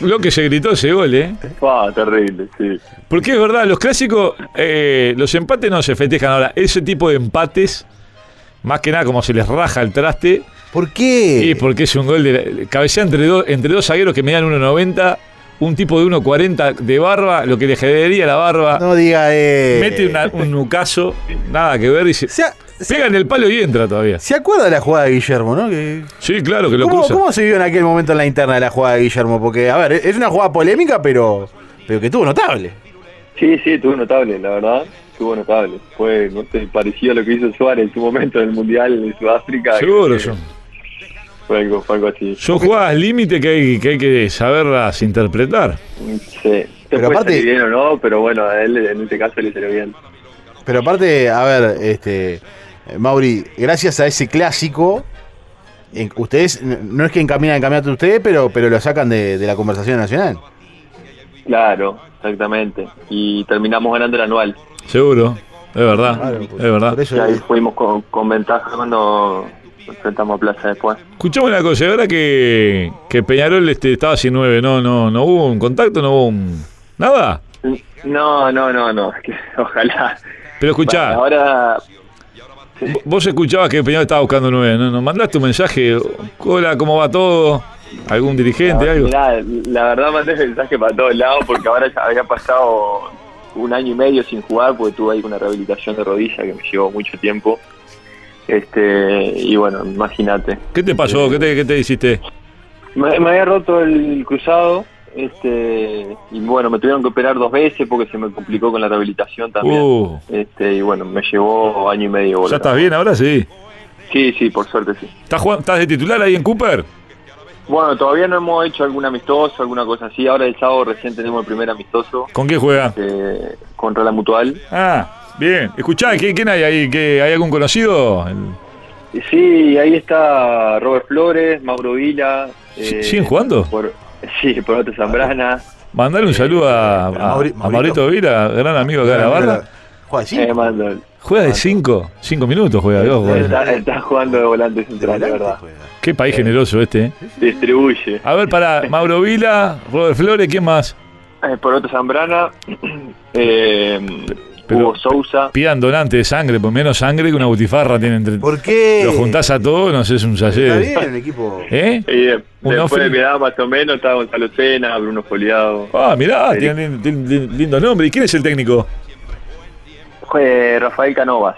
A: Lo, lo que se gritó ese gol, ¿eh?
C: Fua, terrible, sí.
A: Porque es verdad, los clásicos, eh, los empates no se festejan ahora. Ese tipo de empates, más que nada como se les raja el traste,
B: ¿Por qué?
A: y porque es un gol de... Cabecea entre dos, entre dos zagueros que medían 1.90, un tipo de 1.40 de barba, lo que le generaría la barba.
B: No diga eh.
A: Mete una- un nucazo, nada que ver, y se,
B: ¿Se, a- se-
A: pega en el palo y entra todavía.
B: se acuerda de la jugada de Guillermo, no? Que-
A: Sí, claro que lo
B: ¿Cómo,
A: cruza.
B: cómo se vio en aquel momento en la interna de la jugada de Guillermo? Porque, a ver, es una jugada polémica, pero. Pero que tuvo notable.
C: Sí, sí, estuvo notable, la verdad. Estuvo notable. Fue no sé, parecido a lo que hizo Suárez en su momento en el Mundial de Sudáfrica.
A: Seguro,
C: Eh,
A: son.
C: Fue algo, fue algo así.
A: Son jugadas límite que hay, que hay que saberlas interpretar.
C: Sí. Te
B: Pero
C: puede
B: aparte-
C: salir bien o no, pero bueno, a él en este caso le salió bien.
B: Pero aparte, a ver, este. Mauri, gracias a ese clásico. en- ustedes, n- no es que encaminan el campeonato ustedes, pero, pero lo sacan de, de la conversación nacional.
C: Claro, exactamente. Y terminamos ganando el anual.
A: Seguro, es verdad, es verdad.
B: Por eso,
C: Y ahí fuimos con, con ventaja cuando enfrentamos a Plaza después.
A: Escuchame una cosa, ¿verdad que, que Peñarol este, estaba sin nueve? No, no, no hubo un contacto, no hubo un. nada.
C: No, no, no, no. que Ojalá.
A: Pero escuchá,
C: Ahora,
A: vos escuchabas que Peñarol estaba buscando nueve, ¿no? ¿Nos mandaste un mensaje? Hola, ¿cómo va todo? ¿Algún dirigente, algo?
C: Ah, Mirá, la verdad mandé mensaje para todos lados porque ahora ya había pasado un año y medio sin jugar porque tuve ahí una rehabilitación de rodilla que me llevó mucho tiempo. Este, y bueno, imagínate.
A: ¿Qué te pasó? ¿Qué te, qué te hiciste?
C: Me, me había roto el cruzado, este, y bueno, me tuvieron que operar dos veces porque se me complicó con la rehabilitación también.
A: Uh,
C: Este, y bueno, me llevó año y medio.
A: ¿Ya
C: volver.
A: estás bien ahora? Sí.
C: Sí, sí, por suerte sí.
A: ¿Estás, jugando- ¿Estás de titular ahí en Cooper?
C: Bueno, todavía no hemos hecho algún amistoso, alguna cosa así. Ahora el sábado recién tenemos el primer amistoso.
A: ¿Con quién juega?
C: eh, contra la Mutual.
A: Ah, bien. Escuchá, ¿qué- ¿quién hay ahí? ¿Qué, ¿Hay algún conocido? El-
C: Sí, ahí está Robert Flores, Mauro Vila. eh,
A: ¿Sí- siguen jugando? Ah,
C: por- sí, por otro Zambrana.
A: Mandale un saludo a, a,
B: Mauri-
A: a Maurito Vila, gran amigo acá de la barra.
B: Juega así.
C: Eh, mando-
A: Juega de 5, 5 minutos juega. Dios, güey.
C: está, está jugando de volante central, la verdad.
A: Qué país generoso este. eh.
C: Distribuye.
A: A ver, para Mauro Vila, Robert Flores, ¿quién más?
C: Eh, por otro Zambrana, eh,
A: pero-
C: Hugo Sousa.
A: Pidan donante de sangre, por menos sangre que una butifarra tiene entre.
B: ¿Por qué?
A: Lo juntás a todos, no sé, es un
B: Está
A: sallé.
B: bien el equipo.
A: ¿Eh?
C: Y de-
A: Un
C: después
A: Ofri.
C: de mi edad más o menos está Gonzalo Sena, Bruno Foliado.
A: Ah, mirá,
C: Sí.
A: tiene lin- lin- lin- lindo nombre. ¿Y quién es el técnico?
C: Eh, Rafael Canovas.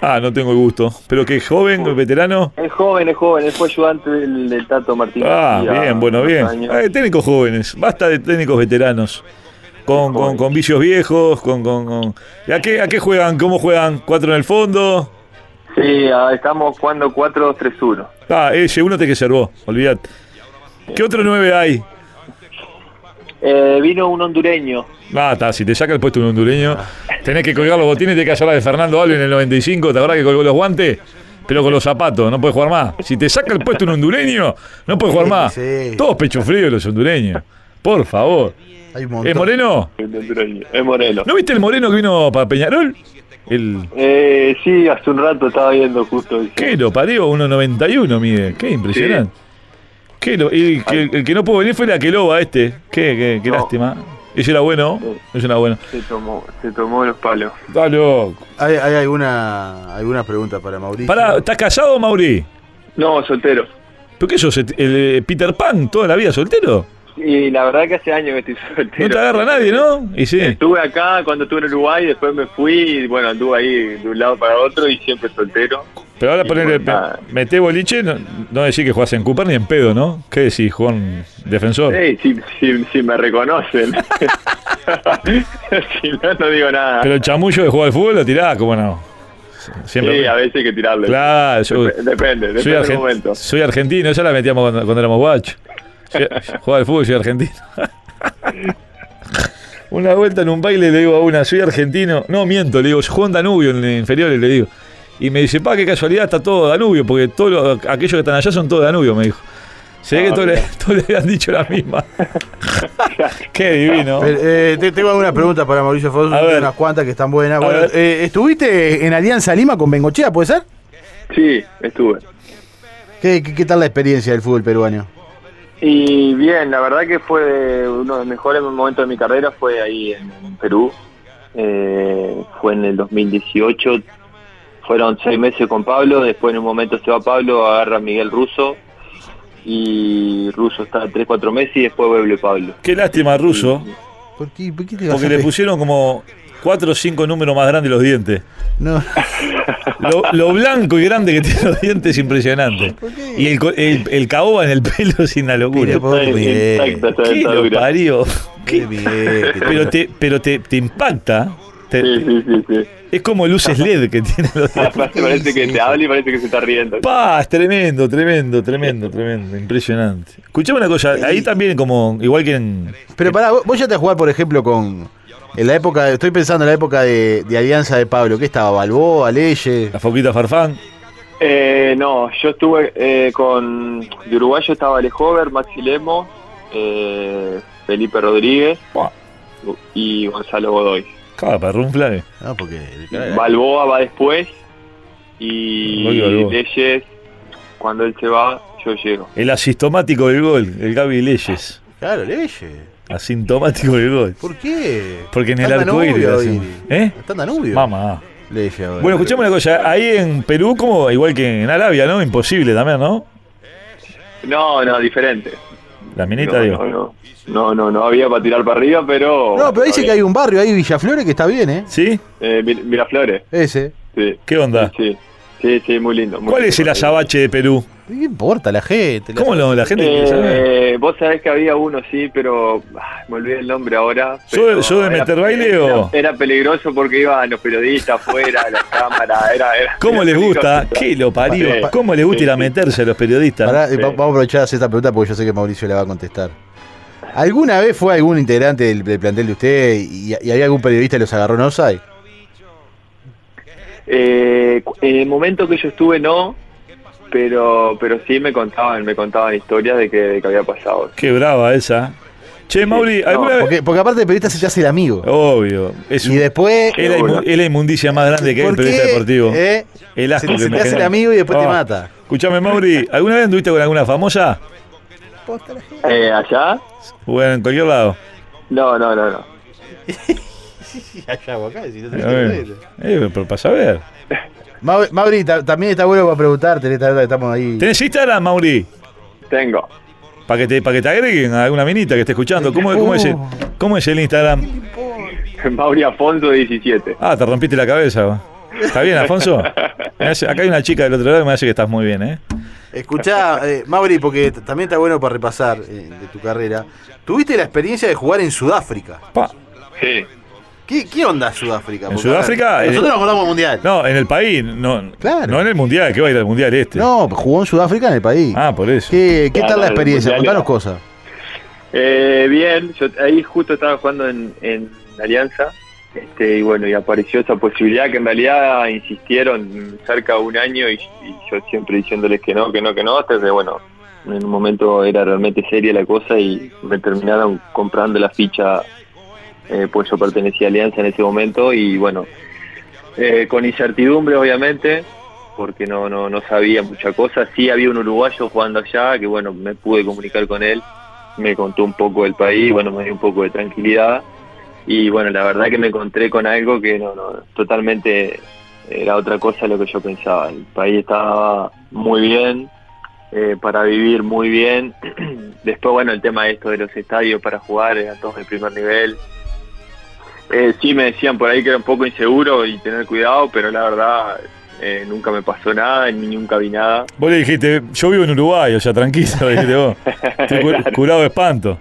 A: Ah, no tengo el gusto. Pero que joven, veterano.
C: Es joven, es joven, él fue ayudante del, del Tato Martínez.
A: Ah,
C: hacía
A: bien, bueno,
C: unos
A: bien.
C: años.
A: Eh, técnicos jóvenes, basta de técnicos veteranos. Con, con, con vicios viejos, con... con, con- ¿Y ¿A, qué, ¿A qué juegan? ¿Cómo juegan? ¿Cuatro en el fondo?
C: Sí, ah, estamos jugando 4-2-3-1.
A: Ah, ese uno te que servó, olvidate. ¿Qué otro nueve hay?
C: Eh, vino un hondureño.
A: Ah, está, si te saca el puesto un hondureño, tenés que colgar los botines, tenés que hallar la de Fernando Alves en el 95, ¿te acuerdas que colgó los guantes? Pero con los zapatos, no puedes jugar más. Si te saca el puesto un hondureño, no puedes jugar más.
B: Sí.
A: Todos pecho frío los hondureños. Por favor.
B: Hay un
A: ¿Eh,
B: montón.
A: Moreno?
C: Un hondureño. Es Morelos.
A: ¿No viste el Moreno que vino para Peñarol? El.
C: Eh, sí, hace un rato estaba viendo justo. eso.
A: ¿Qué lo parió? 1.91 mide. Qué impresionante. ¿Qué lo- el, que, el que no pudo venir fue la Queloba este. Qué, qué, qué
C: No.
A: lástima. Ese era bueno. Ese era bueno.
C: Se tomó, se tomó los palos.
A: Está loco.
B: ¿Hay, hay alguna, alguna pregunta para Mauricio?
A: Pará, ¿estás casado, Mauri?
C: No, soltero.
A: ¿Pero qué sos? ¿El eh, Peter Pan toda la vida soltero?
C: Y la verdad que hace años que estoy soltero.
A: No te agarra nadie, ¿no? Y sí.
C: Estuve acá cuando estuve en Uruguay, después me fui y bueno, anduve ahí de un lado para otro y siempre soltero.
A: Pero ahora
C: Y
A: ponerle.
C: pues, nada.
A: Meté boliche, no, no decís que jugás en Cooper ni en pedo, ¿no? ¿Qué decís, Juan Defensor?
C: Ey, si, si, si me reconocen. si no, no digo nada.
A: Pero el chamullo de jugar al fútbol lo tirás, como no. Siempre.
C: sí, a veces hay que tirarle.
A: Claro, yo-
C: Dep-
A: soy,
C: depende, depende del
A: argen-
C: momento.
A: soy argentino, esa la metíamos cuando, cuando éramos guachos. Soy- Jugaba al fútbol, soy argentino. una vuelta en un baile le digo a una, soy argentino. No miento, le digo, yo juego en Danubio, en inferiores, le digo. Y me dice, pa, qué casualidad, está todo Danubio, porque todos los- aquellos que están allá son todos Danubio, me dijo. Se ve
C: Ah,
A: que todos le,
C: mirá.
A: todos le habían dicho la misma. qué divino.
B: Pero, eh, te- tengo alguna pregunta para Mauricio Fosu,
A: A ver.
B: unas cuantas que están buenas.
A: A
B: Bueno,
A: ver.
B: eh, ¿Estuviste en Alianza Lima con Bengochea, puede ser?
C: Sí, estuve.
B: ¿Qué, qué, qué tal la experiencia del fútbol peruano?
C: Y bien, la verdad que fue uno de los mejores momentos de mi carrera, fue ahí en, en Perú. Eh, fue en el 2018. Fueron seis meses con Pablo, después en un momento se va Pablo, agarra a Miguel Russo. Y Russo está tres, cuatro meses y después vuelve Pablo.
A: Qué lástima, Ruso,
B: ¿Por qué, por qué
A: porque
B: te bajaste?
A: le pusieron como cuatro o cinco números más grandes los dientes.
B: No,
A: Lo, lo blanco y grande que tiene los dientes es impresionante. Y el, co- el, el caoba en el pelo es una locura.
B: Mira, po- Pobre Miguel.
C: Intacta esa
A: ¿Qué lo
C: dentadura.
A: parió?
B: qué bien. que te-
A: Pero te, pero te, te impacta. Te-
C: Sí, sí, sí, sí.
A: es como luces LED que tiene los dientes.
C: Aparte parece que te habla y parece que se está riendo.
A: Pa, es tremendo, tremendo, tremendo, tremendo. Impresionante. Escuchame una cosa, ahí también como, igual que en...
B: Pero pará, vos, vos ya te jugás, por ejemplo, con. En la época, estoy pensando en la época de, de Alianza de Pablo, ¿qué estaba? Balboa, Leyes.
A: La Foquita Farfán.
C: Eh, no, yo estuve eh, con. De uruguayo estaba Alejover, Maxi Lemo, eh, Felipe Rodríguez
A: Buah.
C: y Gonzalo Godoy.
A: Cada perrunfla. eh.
B: No, porque.
C: Balboa va después y
A: Godoy, Balboa.
C: Leyes, cuando él se va, yo llego.
A: El asistomático del gol, el Gaby Leyes.
B: Claro, Leyes.
A: Asintomático del gol.
B: ¿Por qué?
A: Porque en
B: Está
A: el arco iris
B: Danubio,
A: lo hacen.
B: Iri.
A: ¿Eh?
B: Está en Danubio.
A: Mamá.
B: Leyes ahora.
A: Bueno, escuchame una cosa. Ahí en Perú, como igual que en Arabia, ¿no? Imposible también, ¿no?
C: No, no, diferente.
A: La minita,
C: No,
A: digo.
C: no, no, no, no, no había para tirar para arriba, pero.
B: No, pero dice que hay un barrio ahí, Villaflores, que está bien, ¿eh?
A: ¿Sí?
C: Eh, Mir- Miraflores,
B: Ese.
C: sí.
A: ¿Qué onda?
C: Sí, sí, sí, muy lindo. muy
A: ¿Cuál es el
C: lindo.
A: azabache de Perú?
B: ¿Qué importa la gente? La-
A: ¿Cómo lo, la gente quiere saber?
C: Eh, vos sabés que había uno, sí, pero ah, me olvidé el nombre ahora.
A: ¿Yo-
C: pero
A: yo de meter baile
C: era-
A: o?
C: Era peligroso porque iban los periodistas afuera, la cámara, era... era
A: ¿Cómo
C: era
A: les
C: peligroso.
A: gusta? ¿Qué lo parió?
C: Sí,
A: ¿Cómo les gusta
C: sí,
A: ir a
C: sí.
A: meterse a los periodistas?
B: Pará, eh, va- vamos a aprovechar a hacer esta pregunta porque yo sé que Mauricio la va a contestar. ¿Alguna vez fue algún integrante del, del plantel de usted y, y había algún periodista que los agarró en offside?
C: Eh, cu- en el momento que yo estuve, no, pero pero sí me contaban, me contaban historias de que, de que había pasado.
A: Qué brava esa. Che, Mauri,
C: no,
A: ¿alguna vez?
B: Porque, porque aparte de periodista se te hace el amigo.
A: Obvio. Es,
B: Y
A: un-
B: después.
A: es la inmu- es la inmundicia más grande que hay en el
B: ¿por
A: periodista
B: qué,
A: deportivo.
B: eh?
A: El
B: Se,
A: asco
B: te-
A: que
B: se
A: me
B: te hace el
A: genera.
B: amigo y después te
A: Ah.
B: mata.
A: Escuchame, Mauri, ¿alguna vez anduviste con alguna famosa?
C: Eh, ¿Allá?
A: Bueno, en cualquier lado.
C: No, no, no, no.
A: A ver. Eh, pero para saber.
B: Mau- Mauri, ta- también está bueno para preguntarte, esta verdad que estamos ahí.
A: ¿Tenés Instagram, Mauri?
C: Tengo.
A: Para que, te, para que te agreguen a alguna minita que esté escuchando. ¿Cómo, cómo es el, ¿Cómo es el Instagram?
C: Mauri Afonso, 17.
A: Ah, te rompiste la cabeza. vos. ¿Está bien, Alfonso? Me hace- acá hay una chica del otro lado que me hace que estás muy bien, ¿eh?
B: Escuchá, eh, Mauri, porque t- también está bueno para repasar eh, de tu carrera. Tuviste la experiencia de jugar en Sudáfrica.
A: Pa.
C: Sí.
B: ¿Qué, qué onda Sudáfrica?
A: ¿En
B: Porque,
A: Sudáfrica?
B: a ver, Nosotros
A: Eh,
B: nos acordamos del mundial.
A: No, en el país. No,
B: Claro.
A: no en el mundial, que va a ir al mundial este.
B: No, jugó en Sudáfrica en el país.
A: Ah, por eso.
B: ¿Qué, qué
C: Claro,
B: tal la
C: el
B: experiencia?
C: Mundial
B: Contanos
C: era-
B: cosas.
C: Eh, bien, yo ahí justo estaba jugando en, en Alianza. Este, y bueno, y apareció esa posibilidad que en realidad insistieron cerca de un año y, y yo siempre diciéndoles que no, que no, que no, hasta que bueno, en un momento era realmente seria la cosa y me terminaron comprando la ficha, eh, pues yo pertenecía a Alianza en ese momento y bueno, eh, con incertidumbre obviamente, porque no, no, no sabía mucha cosa, sí había un uruguayo jugando allá, que bueno, me pude comunicar con él, me contó un poco del país, bueno, me dio un poco de tranquilidad y bueno, la verdad que me encontré con algo que no, no, totalmente era otra cosa de lo que yo pensaba. El país estaba muy bien, eh, para vivir muy bien. Después, bueno, el tema de esto de los estadios para jugar, eran todos de primer nivel. Eh, sí me decían por ahí que era un poco inseguro y tener cuidado, pero la verdad eh, nunca me pasó nada, ni nunca vi nada.
A: Vos le dijiste, yo vivo en Uruguay, o sea, tranquilo, le dijiste vos. Estoy cu-
C: Claro.
A: curado de espanto.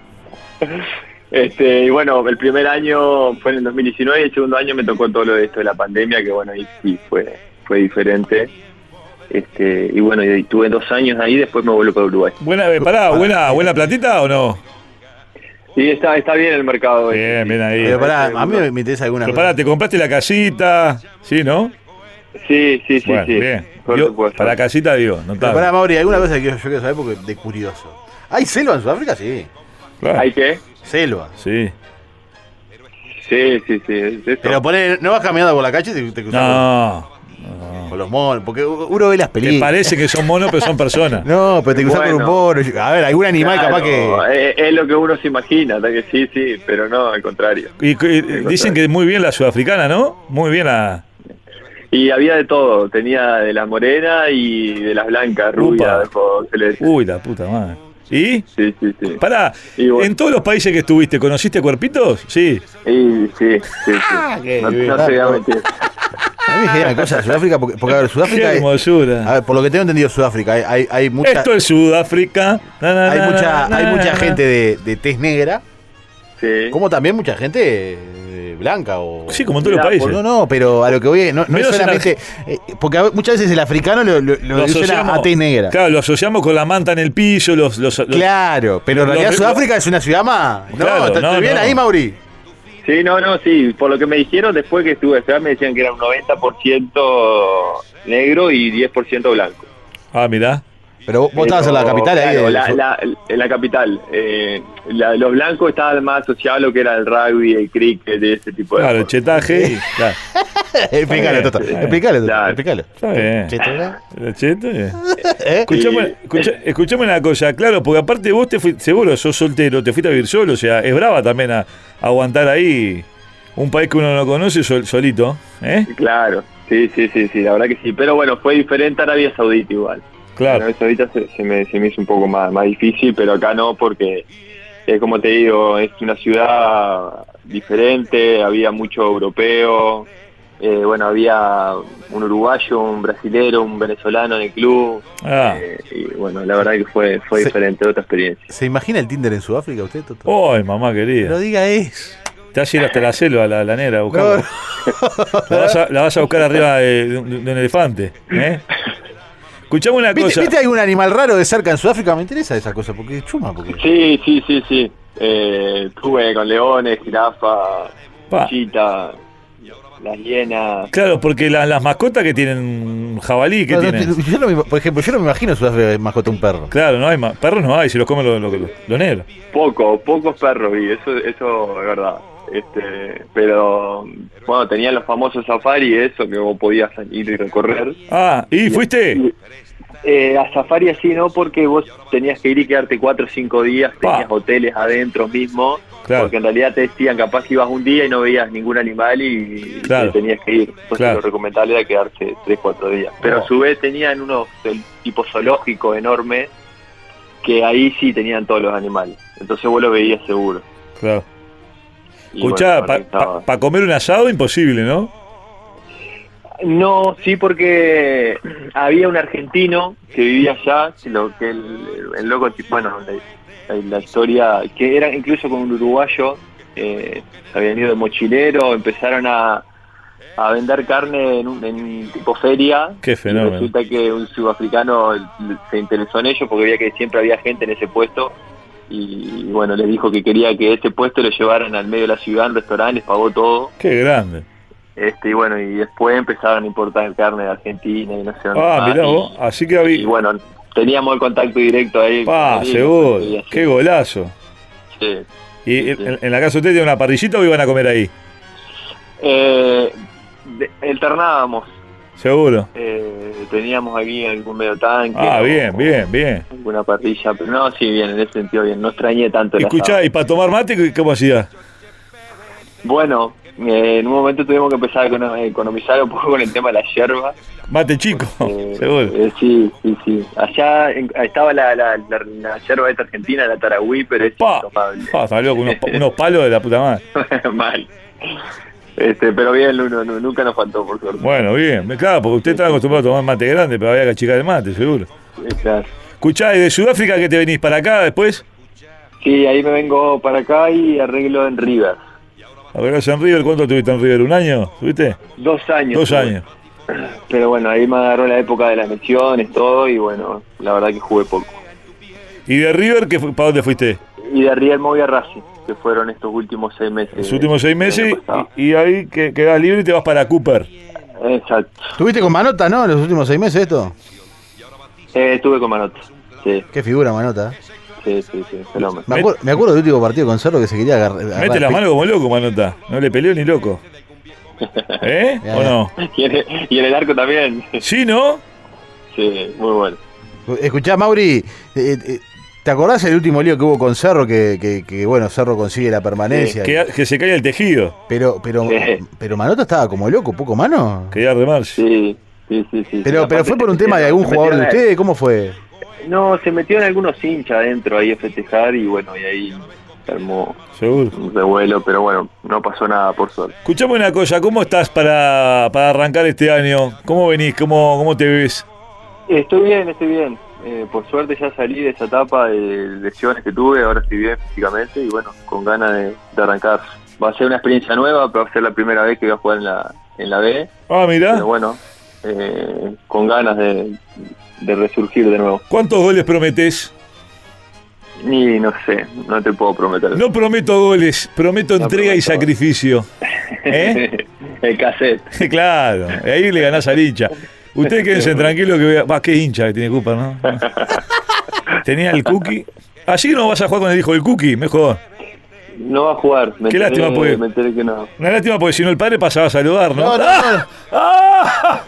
C: Este, y bueno, el primer año fue en el 2019 y el segundo año me tocó todo lo de esto de la pandemia, que bueno, ahí sí fue, fue diferente. Este, y bueno, y tuve dos años ahí, después me vuelvo para Uruguay.
A: Buena, eh, pará, buena, buena platita o no?
C: Y está, está bien el mercado. eh.
A: Bien, bien ahí.
B: Pero pará, a mí me interesa alguna
A: Pero pará, te compraste la casita, ¿sí, no?
C: Sí, sí, sí,
A: bueno,
C: sí.
A: bien.
C: Por
A: Digo,
C: supuesto.
A: para la casita, digo, no
B: Pero
A: está.
B: pará, Mauri, alguna cosa que yo, yo quiero saber porque de curioso. ¿Hay selva en Sudáfrica? Sí.
A: Claro.
C: ¿Hay qué?
B: Selva.
A: Sí.
C: Sí, sí, sí. es eso.
B: Pero poné, no vas caminando por la calle y te, te cruzas
A: No.
B: con, con los monos, porque uno ve las
A: Te
B: películas.
A: parece que son monos, pero son personas.
B: No, pero te cruzas con un
C: Bueno.
B: mono. A ver, algún animal
C: Claro,
B: capaz que.
C: Es, es lo que uno se imagina, ¿tá que sí, sí, pero no, al contrario.
A: Y, y- dicen que muy bien la sudafricana, ¿no? Muy bien la.
C: Y había de todo, tenía de las morenas y de las blancas,
A: Upa. Uh.
C: rubias, de ojos celestes.
A: Uy, la puta madre. ¿Y?
C: Sí, sí, sí.
A: Pará,
C: Y bueno.
A: en todos los países que estuviste, ¿conociste cuerpitos? Sí.
C: Y sí, sí, sí.
B: Qué
C: No, no
B: bien.
C: te voy a mentir.
B: A mí me genera cosas Sudáfrica, porque, porque a ver,
A: Qué
B: Sudáfrica. es- a
A: hermosura.
B: ver, por lo que tengo entendido, Sudáfrica, hay, hay, hay mucha.
A: Esto es Sudáfrica. Na, na,
B: hay
A: na,
B: mucha,
A: na,
B: hay
A: na,
B: mucha
A: na.
B: gente de, de tez negra,
C: Sí.
B: como también mucha gente eh, blanca o.
A: Sí, como en todos los
C: Mirá,
A: países.
B: No, no, pero a lo que voy es- no, no es
A: Menos en
B: solamente. eh, porque a ve- muchas veces el africano lo, lo,
A: Lo
B: lo menciona a tez negra. Claro,
A: Claro, lo asociamos con la manta en el piso, los, los, los-
B: pero en
A: lo-
B: realidad
A: lo-
B: Sudáfrica es una ciudad más. No,
A: Claro,
B: ¿estás
A: no,
B: estás bien
A: no.
B: ahí, Mauri?
C: Sí, no, no, sí. Por lo que me dijeron, después que estuve allá, me decían que era un 90% negro y 10% blanco.
A: Ah, mirá.
B: Pero vos, vos estabas en la
C: Pero,
B: capital ahí. eh,
C: claro,
B: de-
C: la, la- en la capital. eh, la- los blancos estaban más asociados a lo que era el rugby, el cricket, de ese tipo de
A: Claro, el
C: cosas.
A: chetaje. Claro.
B: explícale, Tota,
A: Está bien.
B: Explícale, Tota,
C: Claro.
B: explícale.
A: Está bien.
B: Che, Tota,
A: El chete, bien.
B: ¿eh?
A: Escuchame,
C: Y-
A: escucha- escuchame una cosa, claro, porque aparte vos te fuiste, seguro sos soltero, te fuiste a vivir solo, o sea, es brava también a, a aguantar ahí un país que uno no conoce sol- solito, ¿eh?
C: Claro, sí, sí, sí, sí, la verdad que sí. Pero bueno, fue diferente a Arabia Saudita igual.
A: Claro.
C: Arabia Saudita se, se me, se me hizo un poco más, más difícil, pero acá no, porque, eh, como te digo, es una ciudad diferente, había mucho europeo, eh, bueno, había un uruguayo, un brasilero, un venezolano en el club,
A: Ah.
C: eh, y bueno, la verdad que fue, fue
B: Sí.
C: diferente, otra experiencia.
B: ¿Se imagina el Tinder en Sudáfrica usted, Tota?
A: Ay, mamá
B: No
A: querida.
B: diga eso.
A: Te vas a ir hasta la selva, la, la negra, a buscarla.
B: No.
A: La, vas a, la vas a buscar arriba de, de un, de un elefante, ¿eh? Escuchame una
B: ¿Viste,
A: cosa.
B: viste algún animal raro de cerca en Sudáfrica? Me interesa esa cosa, porque chuma, porque.
C: Sí, sí, sí, sí. Eh, estuve con leones, jirafa,
A: Pa.
C: chita, las hienas.
A: Claro, porque la- las mascotas que tienen jabalí, que
B: No, no,
A: tienen.
B: yo no me- por ejemplo, yo no me imagino Sudáfrica de mascota un perro.
A: Claro, no hay ma- perros no hay, si los comen los lo, negros.
C: Poco, pocos perros vi, eso, eso es verdad. Este, pero bueno, tenían los famosos safari, eso que vos podías ir y recorrer.
A: Ah, ¿y fuiste?
C: Eh, a safari así no, porque vos tenías que ir y quedarte cuatro o cinco días,
A: Pa.
C: tenías hoteles adentro mismo,
A: Claro.
C: porque en realidad te decían, capaz que ibas un día y no veías ningún animal y, y
A: Claro.
C: te tenías que ir. Entonces
A: Claro.
C: lo recomendable era quedarse tres, cuatro días. Pero
A: Oh.
C: a su vez tenían unos el tipo zoológico enorme, que ahí sí tenían todos los animales. Entonces vos lo veías seguro.
A: Claro.
C: Y
A: Escuchá,
C: bueno,
A: para
C: estaba-
A: comer un asado imposible, ¿no?
C: No, sí, porque había un argentino que vivía allá, que lo que el, el loco, tipo, bueno, la, la historia, que era incluso con un uruguayo, eh, habían ido de mochilero, empezaron a, a vender carne en, un, en tipo feria.
A: Qué fenómeno.
C: Y resulta que un sudafricano se interesó en ello porque veía que siempre había gente en ese puesto y bueno, les dijo que quería que este puesto lo llevaran al medio de la ciudad, en restaurantes, pagó todo.
A: Qué grande.
C: Este, y bueno, y después empezaron a importar carne de Argentina y no sé dónde
A: Ah,
C: más,
A: mirá
C: y-
A: vos. Así que
C: Y
A: había.
C: bueno, teníamos el contacto directo ahí.
A: Pa,
C: Sí,
A: Ah, seguro.
C: sí, así,
A: Qué golazo.
C: sí.
A: ¿Y
C: Sí,
A: en,
C: sí.
A: en la casa de usted tiene una parrillita o iban a comer ahí?
C: Eh, de- alternábamos.
A: Seguro.
C: eh, teníamos aquí algún medio tanque.
A: Ah,
C: o-
A: bien, bien, bien.
C: Alguna parrilla, pero no, sí, bien, en ese sentido, bien. No extrañé tanto el
A: Escuchá,
C: asado.
A: ¿y para tomar mate qué- cómo hacía?
C: Bueno, eh, en un momento tuvimos que empezar a econo- economizar un poco con el tema de la yerba.
A: Mate chico,
C: Eh,
A: Oh, seguro.
C: eh, sí, sí, sí. Allá en- estaba la, la, la, la yerba esta argentina, la taragüí, pero es
A: Pa,
C: intomable.
A: pa, salió con unos, pa- unos palos de la puta madre.
C: Mal. Este, pero bien, Luno, nu- nunca nos faltó, por suerte.
A: Bueno, bien, claro, porque usted estaba acostumbrado a tomar mate grande, pero había que achicar el mate, seguro.
C: Eh, claro.
A: Escuchá, ¿y de Sudáfrica que te venís para acá después?
C: Sí, ahí me vengo para acá y arreglo en River.
A: A ver, en River, ¿cuánto estuviste en River? ¿Un año? ¿Tuviste?
C: Dos años.
A: Dos años.
C: Pero bueno, ahí me agarró la época de las lesiones, todo, y bueno, la verdad que jugué poco.
A: ¿Y de River qué, fu- para dónde fuiste?
C: Y de River me voy a Racing, que fueron estos últimos seis meses.
A: Los últimos seis
C: del
A: meses
C: año pasado.
A: y, y ahí que, quedás libre y te vas para Cooper.
C: Exacto.
B: ¿Tuviste con Manota, no? En los últimos seis meses esto.
C: Eh, estuve con Manota. Sí,
B: Qué figura, Manota.
C: sí, sí, sí, fenómeno.
B: Me, acuer- me acuerdo del último partido con Cerro que se quería agarrar.
A: Mete la mano como loco, Manota. No le peleó ni loco. ¿Eh? ¿O no?
C: Y en, el, y en el arco también.
A: ¿Sí, no?
C: Sí, muy bueno.
B: Escuchá, Mauri, eh, eh, ¿te acordás del último lío que hubo con Cerro? Que, que- que, bueno, Cerro consigue la permanencia.
A: Que, que se caiga el tejido.
B: Pero, pero,
C: Sí.
B: pero Manota estaba como loco, poco mano.
A: Quería remarse.
C: Sí, sí, sí. sí
B: Pero,
C: Sí,
B: pero
C: aparte
B: fue por
C: se
B: un tema de
C: metieron-
B: algún
C: se
B: jugador de
C: metieron a-
B: ustedes, ¿cómo fue?
C: No, se metieron algunos hinchas adentro ahí a festejar y bueno, y ahí se armó
A: Seguro.
C: un revuelo, pero bueno, no pasó nada por suerte.
A: Escuchame una cosa, ¿cómo estás para, para arrancar este año? ¿Cómo venís? ¿Cómo, cómo te ves?
C: Estoy bien, estoy bien. Eh, por suerte ya salí de esa etapa de lesiones que tuve, ahora estoy bien físicamente y bueno, con ganas de, de arrancar. Va a ser una experiencia nueva, pero va a ser la primera vez que voy a jugar en la, en la B,
A: Ah, mirá.
C: pero bueno, eh, con ganas de, de resurgir de nuevo.
A: ¿Cuántos goles prometés?
C: Y no sé, no te puedo prometer.
A: No prometo goles, prometo
C: No
A: entrega y
C: prometo goles.
A: sacrificio. ¿Eh?
C: El cassette.
A: claro, ahí le ganás al hincha. Ustedes quédense tranquilos que voy a... Bah, qué hincha que tiene Cooper, ¿no? Tenía el cookie. Así que no vas a jugar con el hijo del cookie, mejor.
C: No va a jugar. Me
A: Qué
C: enteré-
A: lástima, pues. porque-
C: Me enteré que no.
A: Una lástima porque si no el padre pasaba a saludar, ¿no?
B: No, no, no.
A: ¡Ah!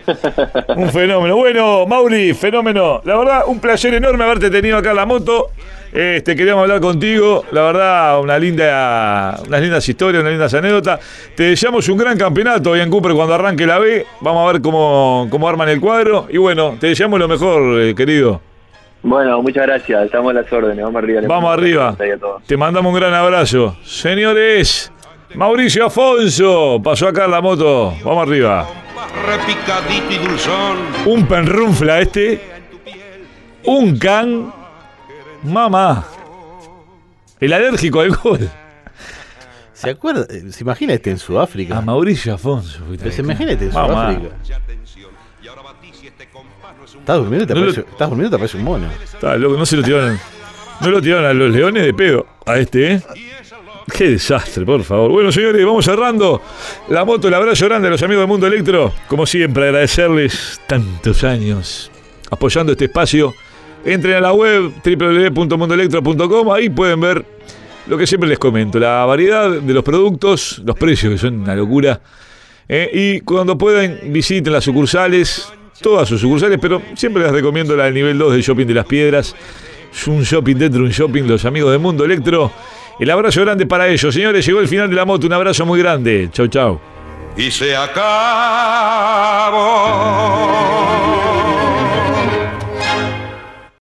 A: Un fenómeno. Bueno, Mauri, fenómeno. La verdad, un placer enorme haberte tenido acá en la moto. Este, queríamos hablar contigo. La verdad, una linda, unas lindas historias, unas lindas anécdotas. Te deseamos un gran campeonato hoy en Cooper cuando arranque la B. Vamos a ver cómo, cómo arman el cuadro. Y bueno, te deseamos lo mejor, eh, querido.
C: Bueno, muchas gracias. Estamos a las órdenes. Vamos arriba. Les
A: Vamos
C: mando un
A: arriba.
C: abrazo ahí a todos.
A: Te mandamos un gran abrazo. Señores, Mauricio Afonso pasó acá en la moto. Vamos arriba.
D: repicadito y dulzón.
A: Un penrunfla este. Un can. Mamá. El alérgico al gol.
B: ¿Se acuerda? eh, ¿Se imagina este en
A: A Ah,
B: Sudáfrica?
A: Mauricio Afonso. fuiste
B: Pero se
A: ahí.
B: imagina este en
A: Mamá.
B: Sudáfrica. Estás durmiendo y te
A: No lo-
B: aparece, estás durmiendo y te aparece un mono.
A: Está loco, no se lo tiraron. No lo tiraron a los leones de pedo. A este, ¿eh? Qué desastre, por favor. Bueno, señores, vamos cerrando. La moto, el abrazo grande a los amigos del Mundo Electro. Como siempre, agradecerles tantos años apoyando este espacio. Entren a la web www.mundoelectro.com. Ahí pueden ver lo que siempre les comento: la variedad de los productos, los precios, que son una locura. Eh, y cuando puedan, visiten las sucursales, todas sus sucursales, pero siempre les recomiendo la del nivel 2 del Shopping de las Piedras. Es un shopping dentro de un shopping, los amigos de Mundo Electro. El abrazo grande para ellos. Señores, llegó el final de la moto. Un abrazo muy grande. Chau, chau.
D: Y se acabó.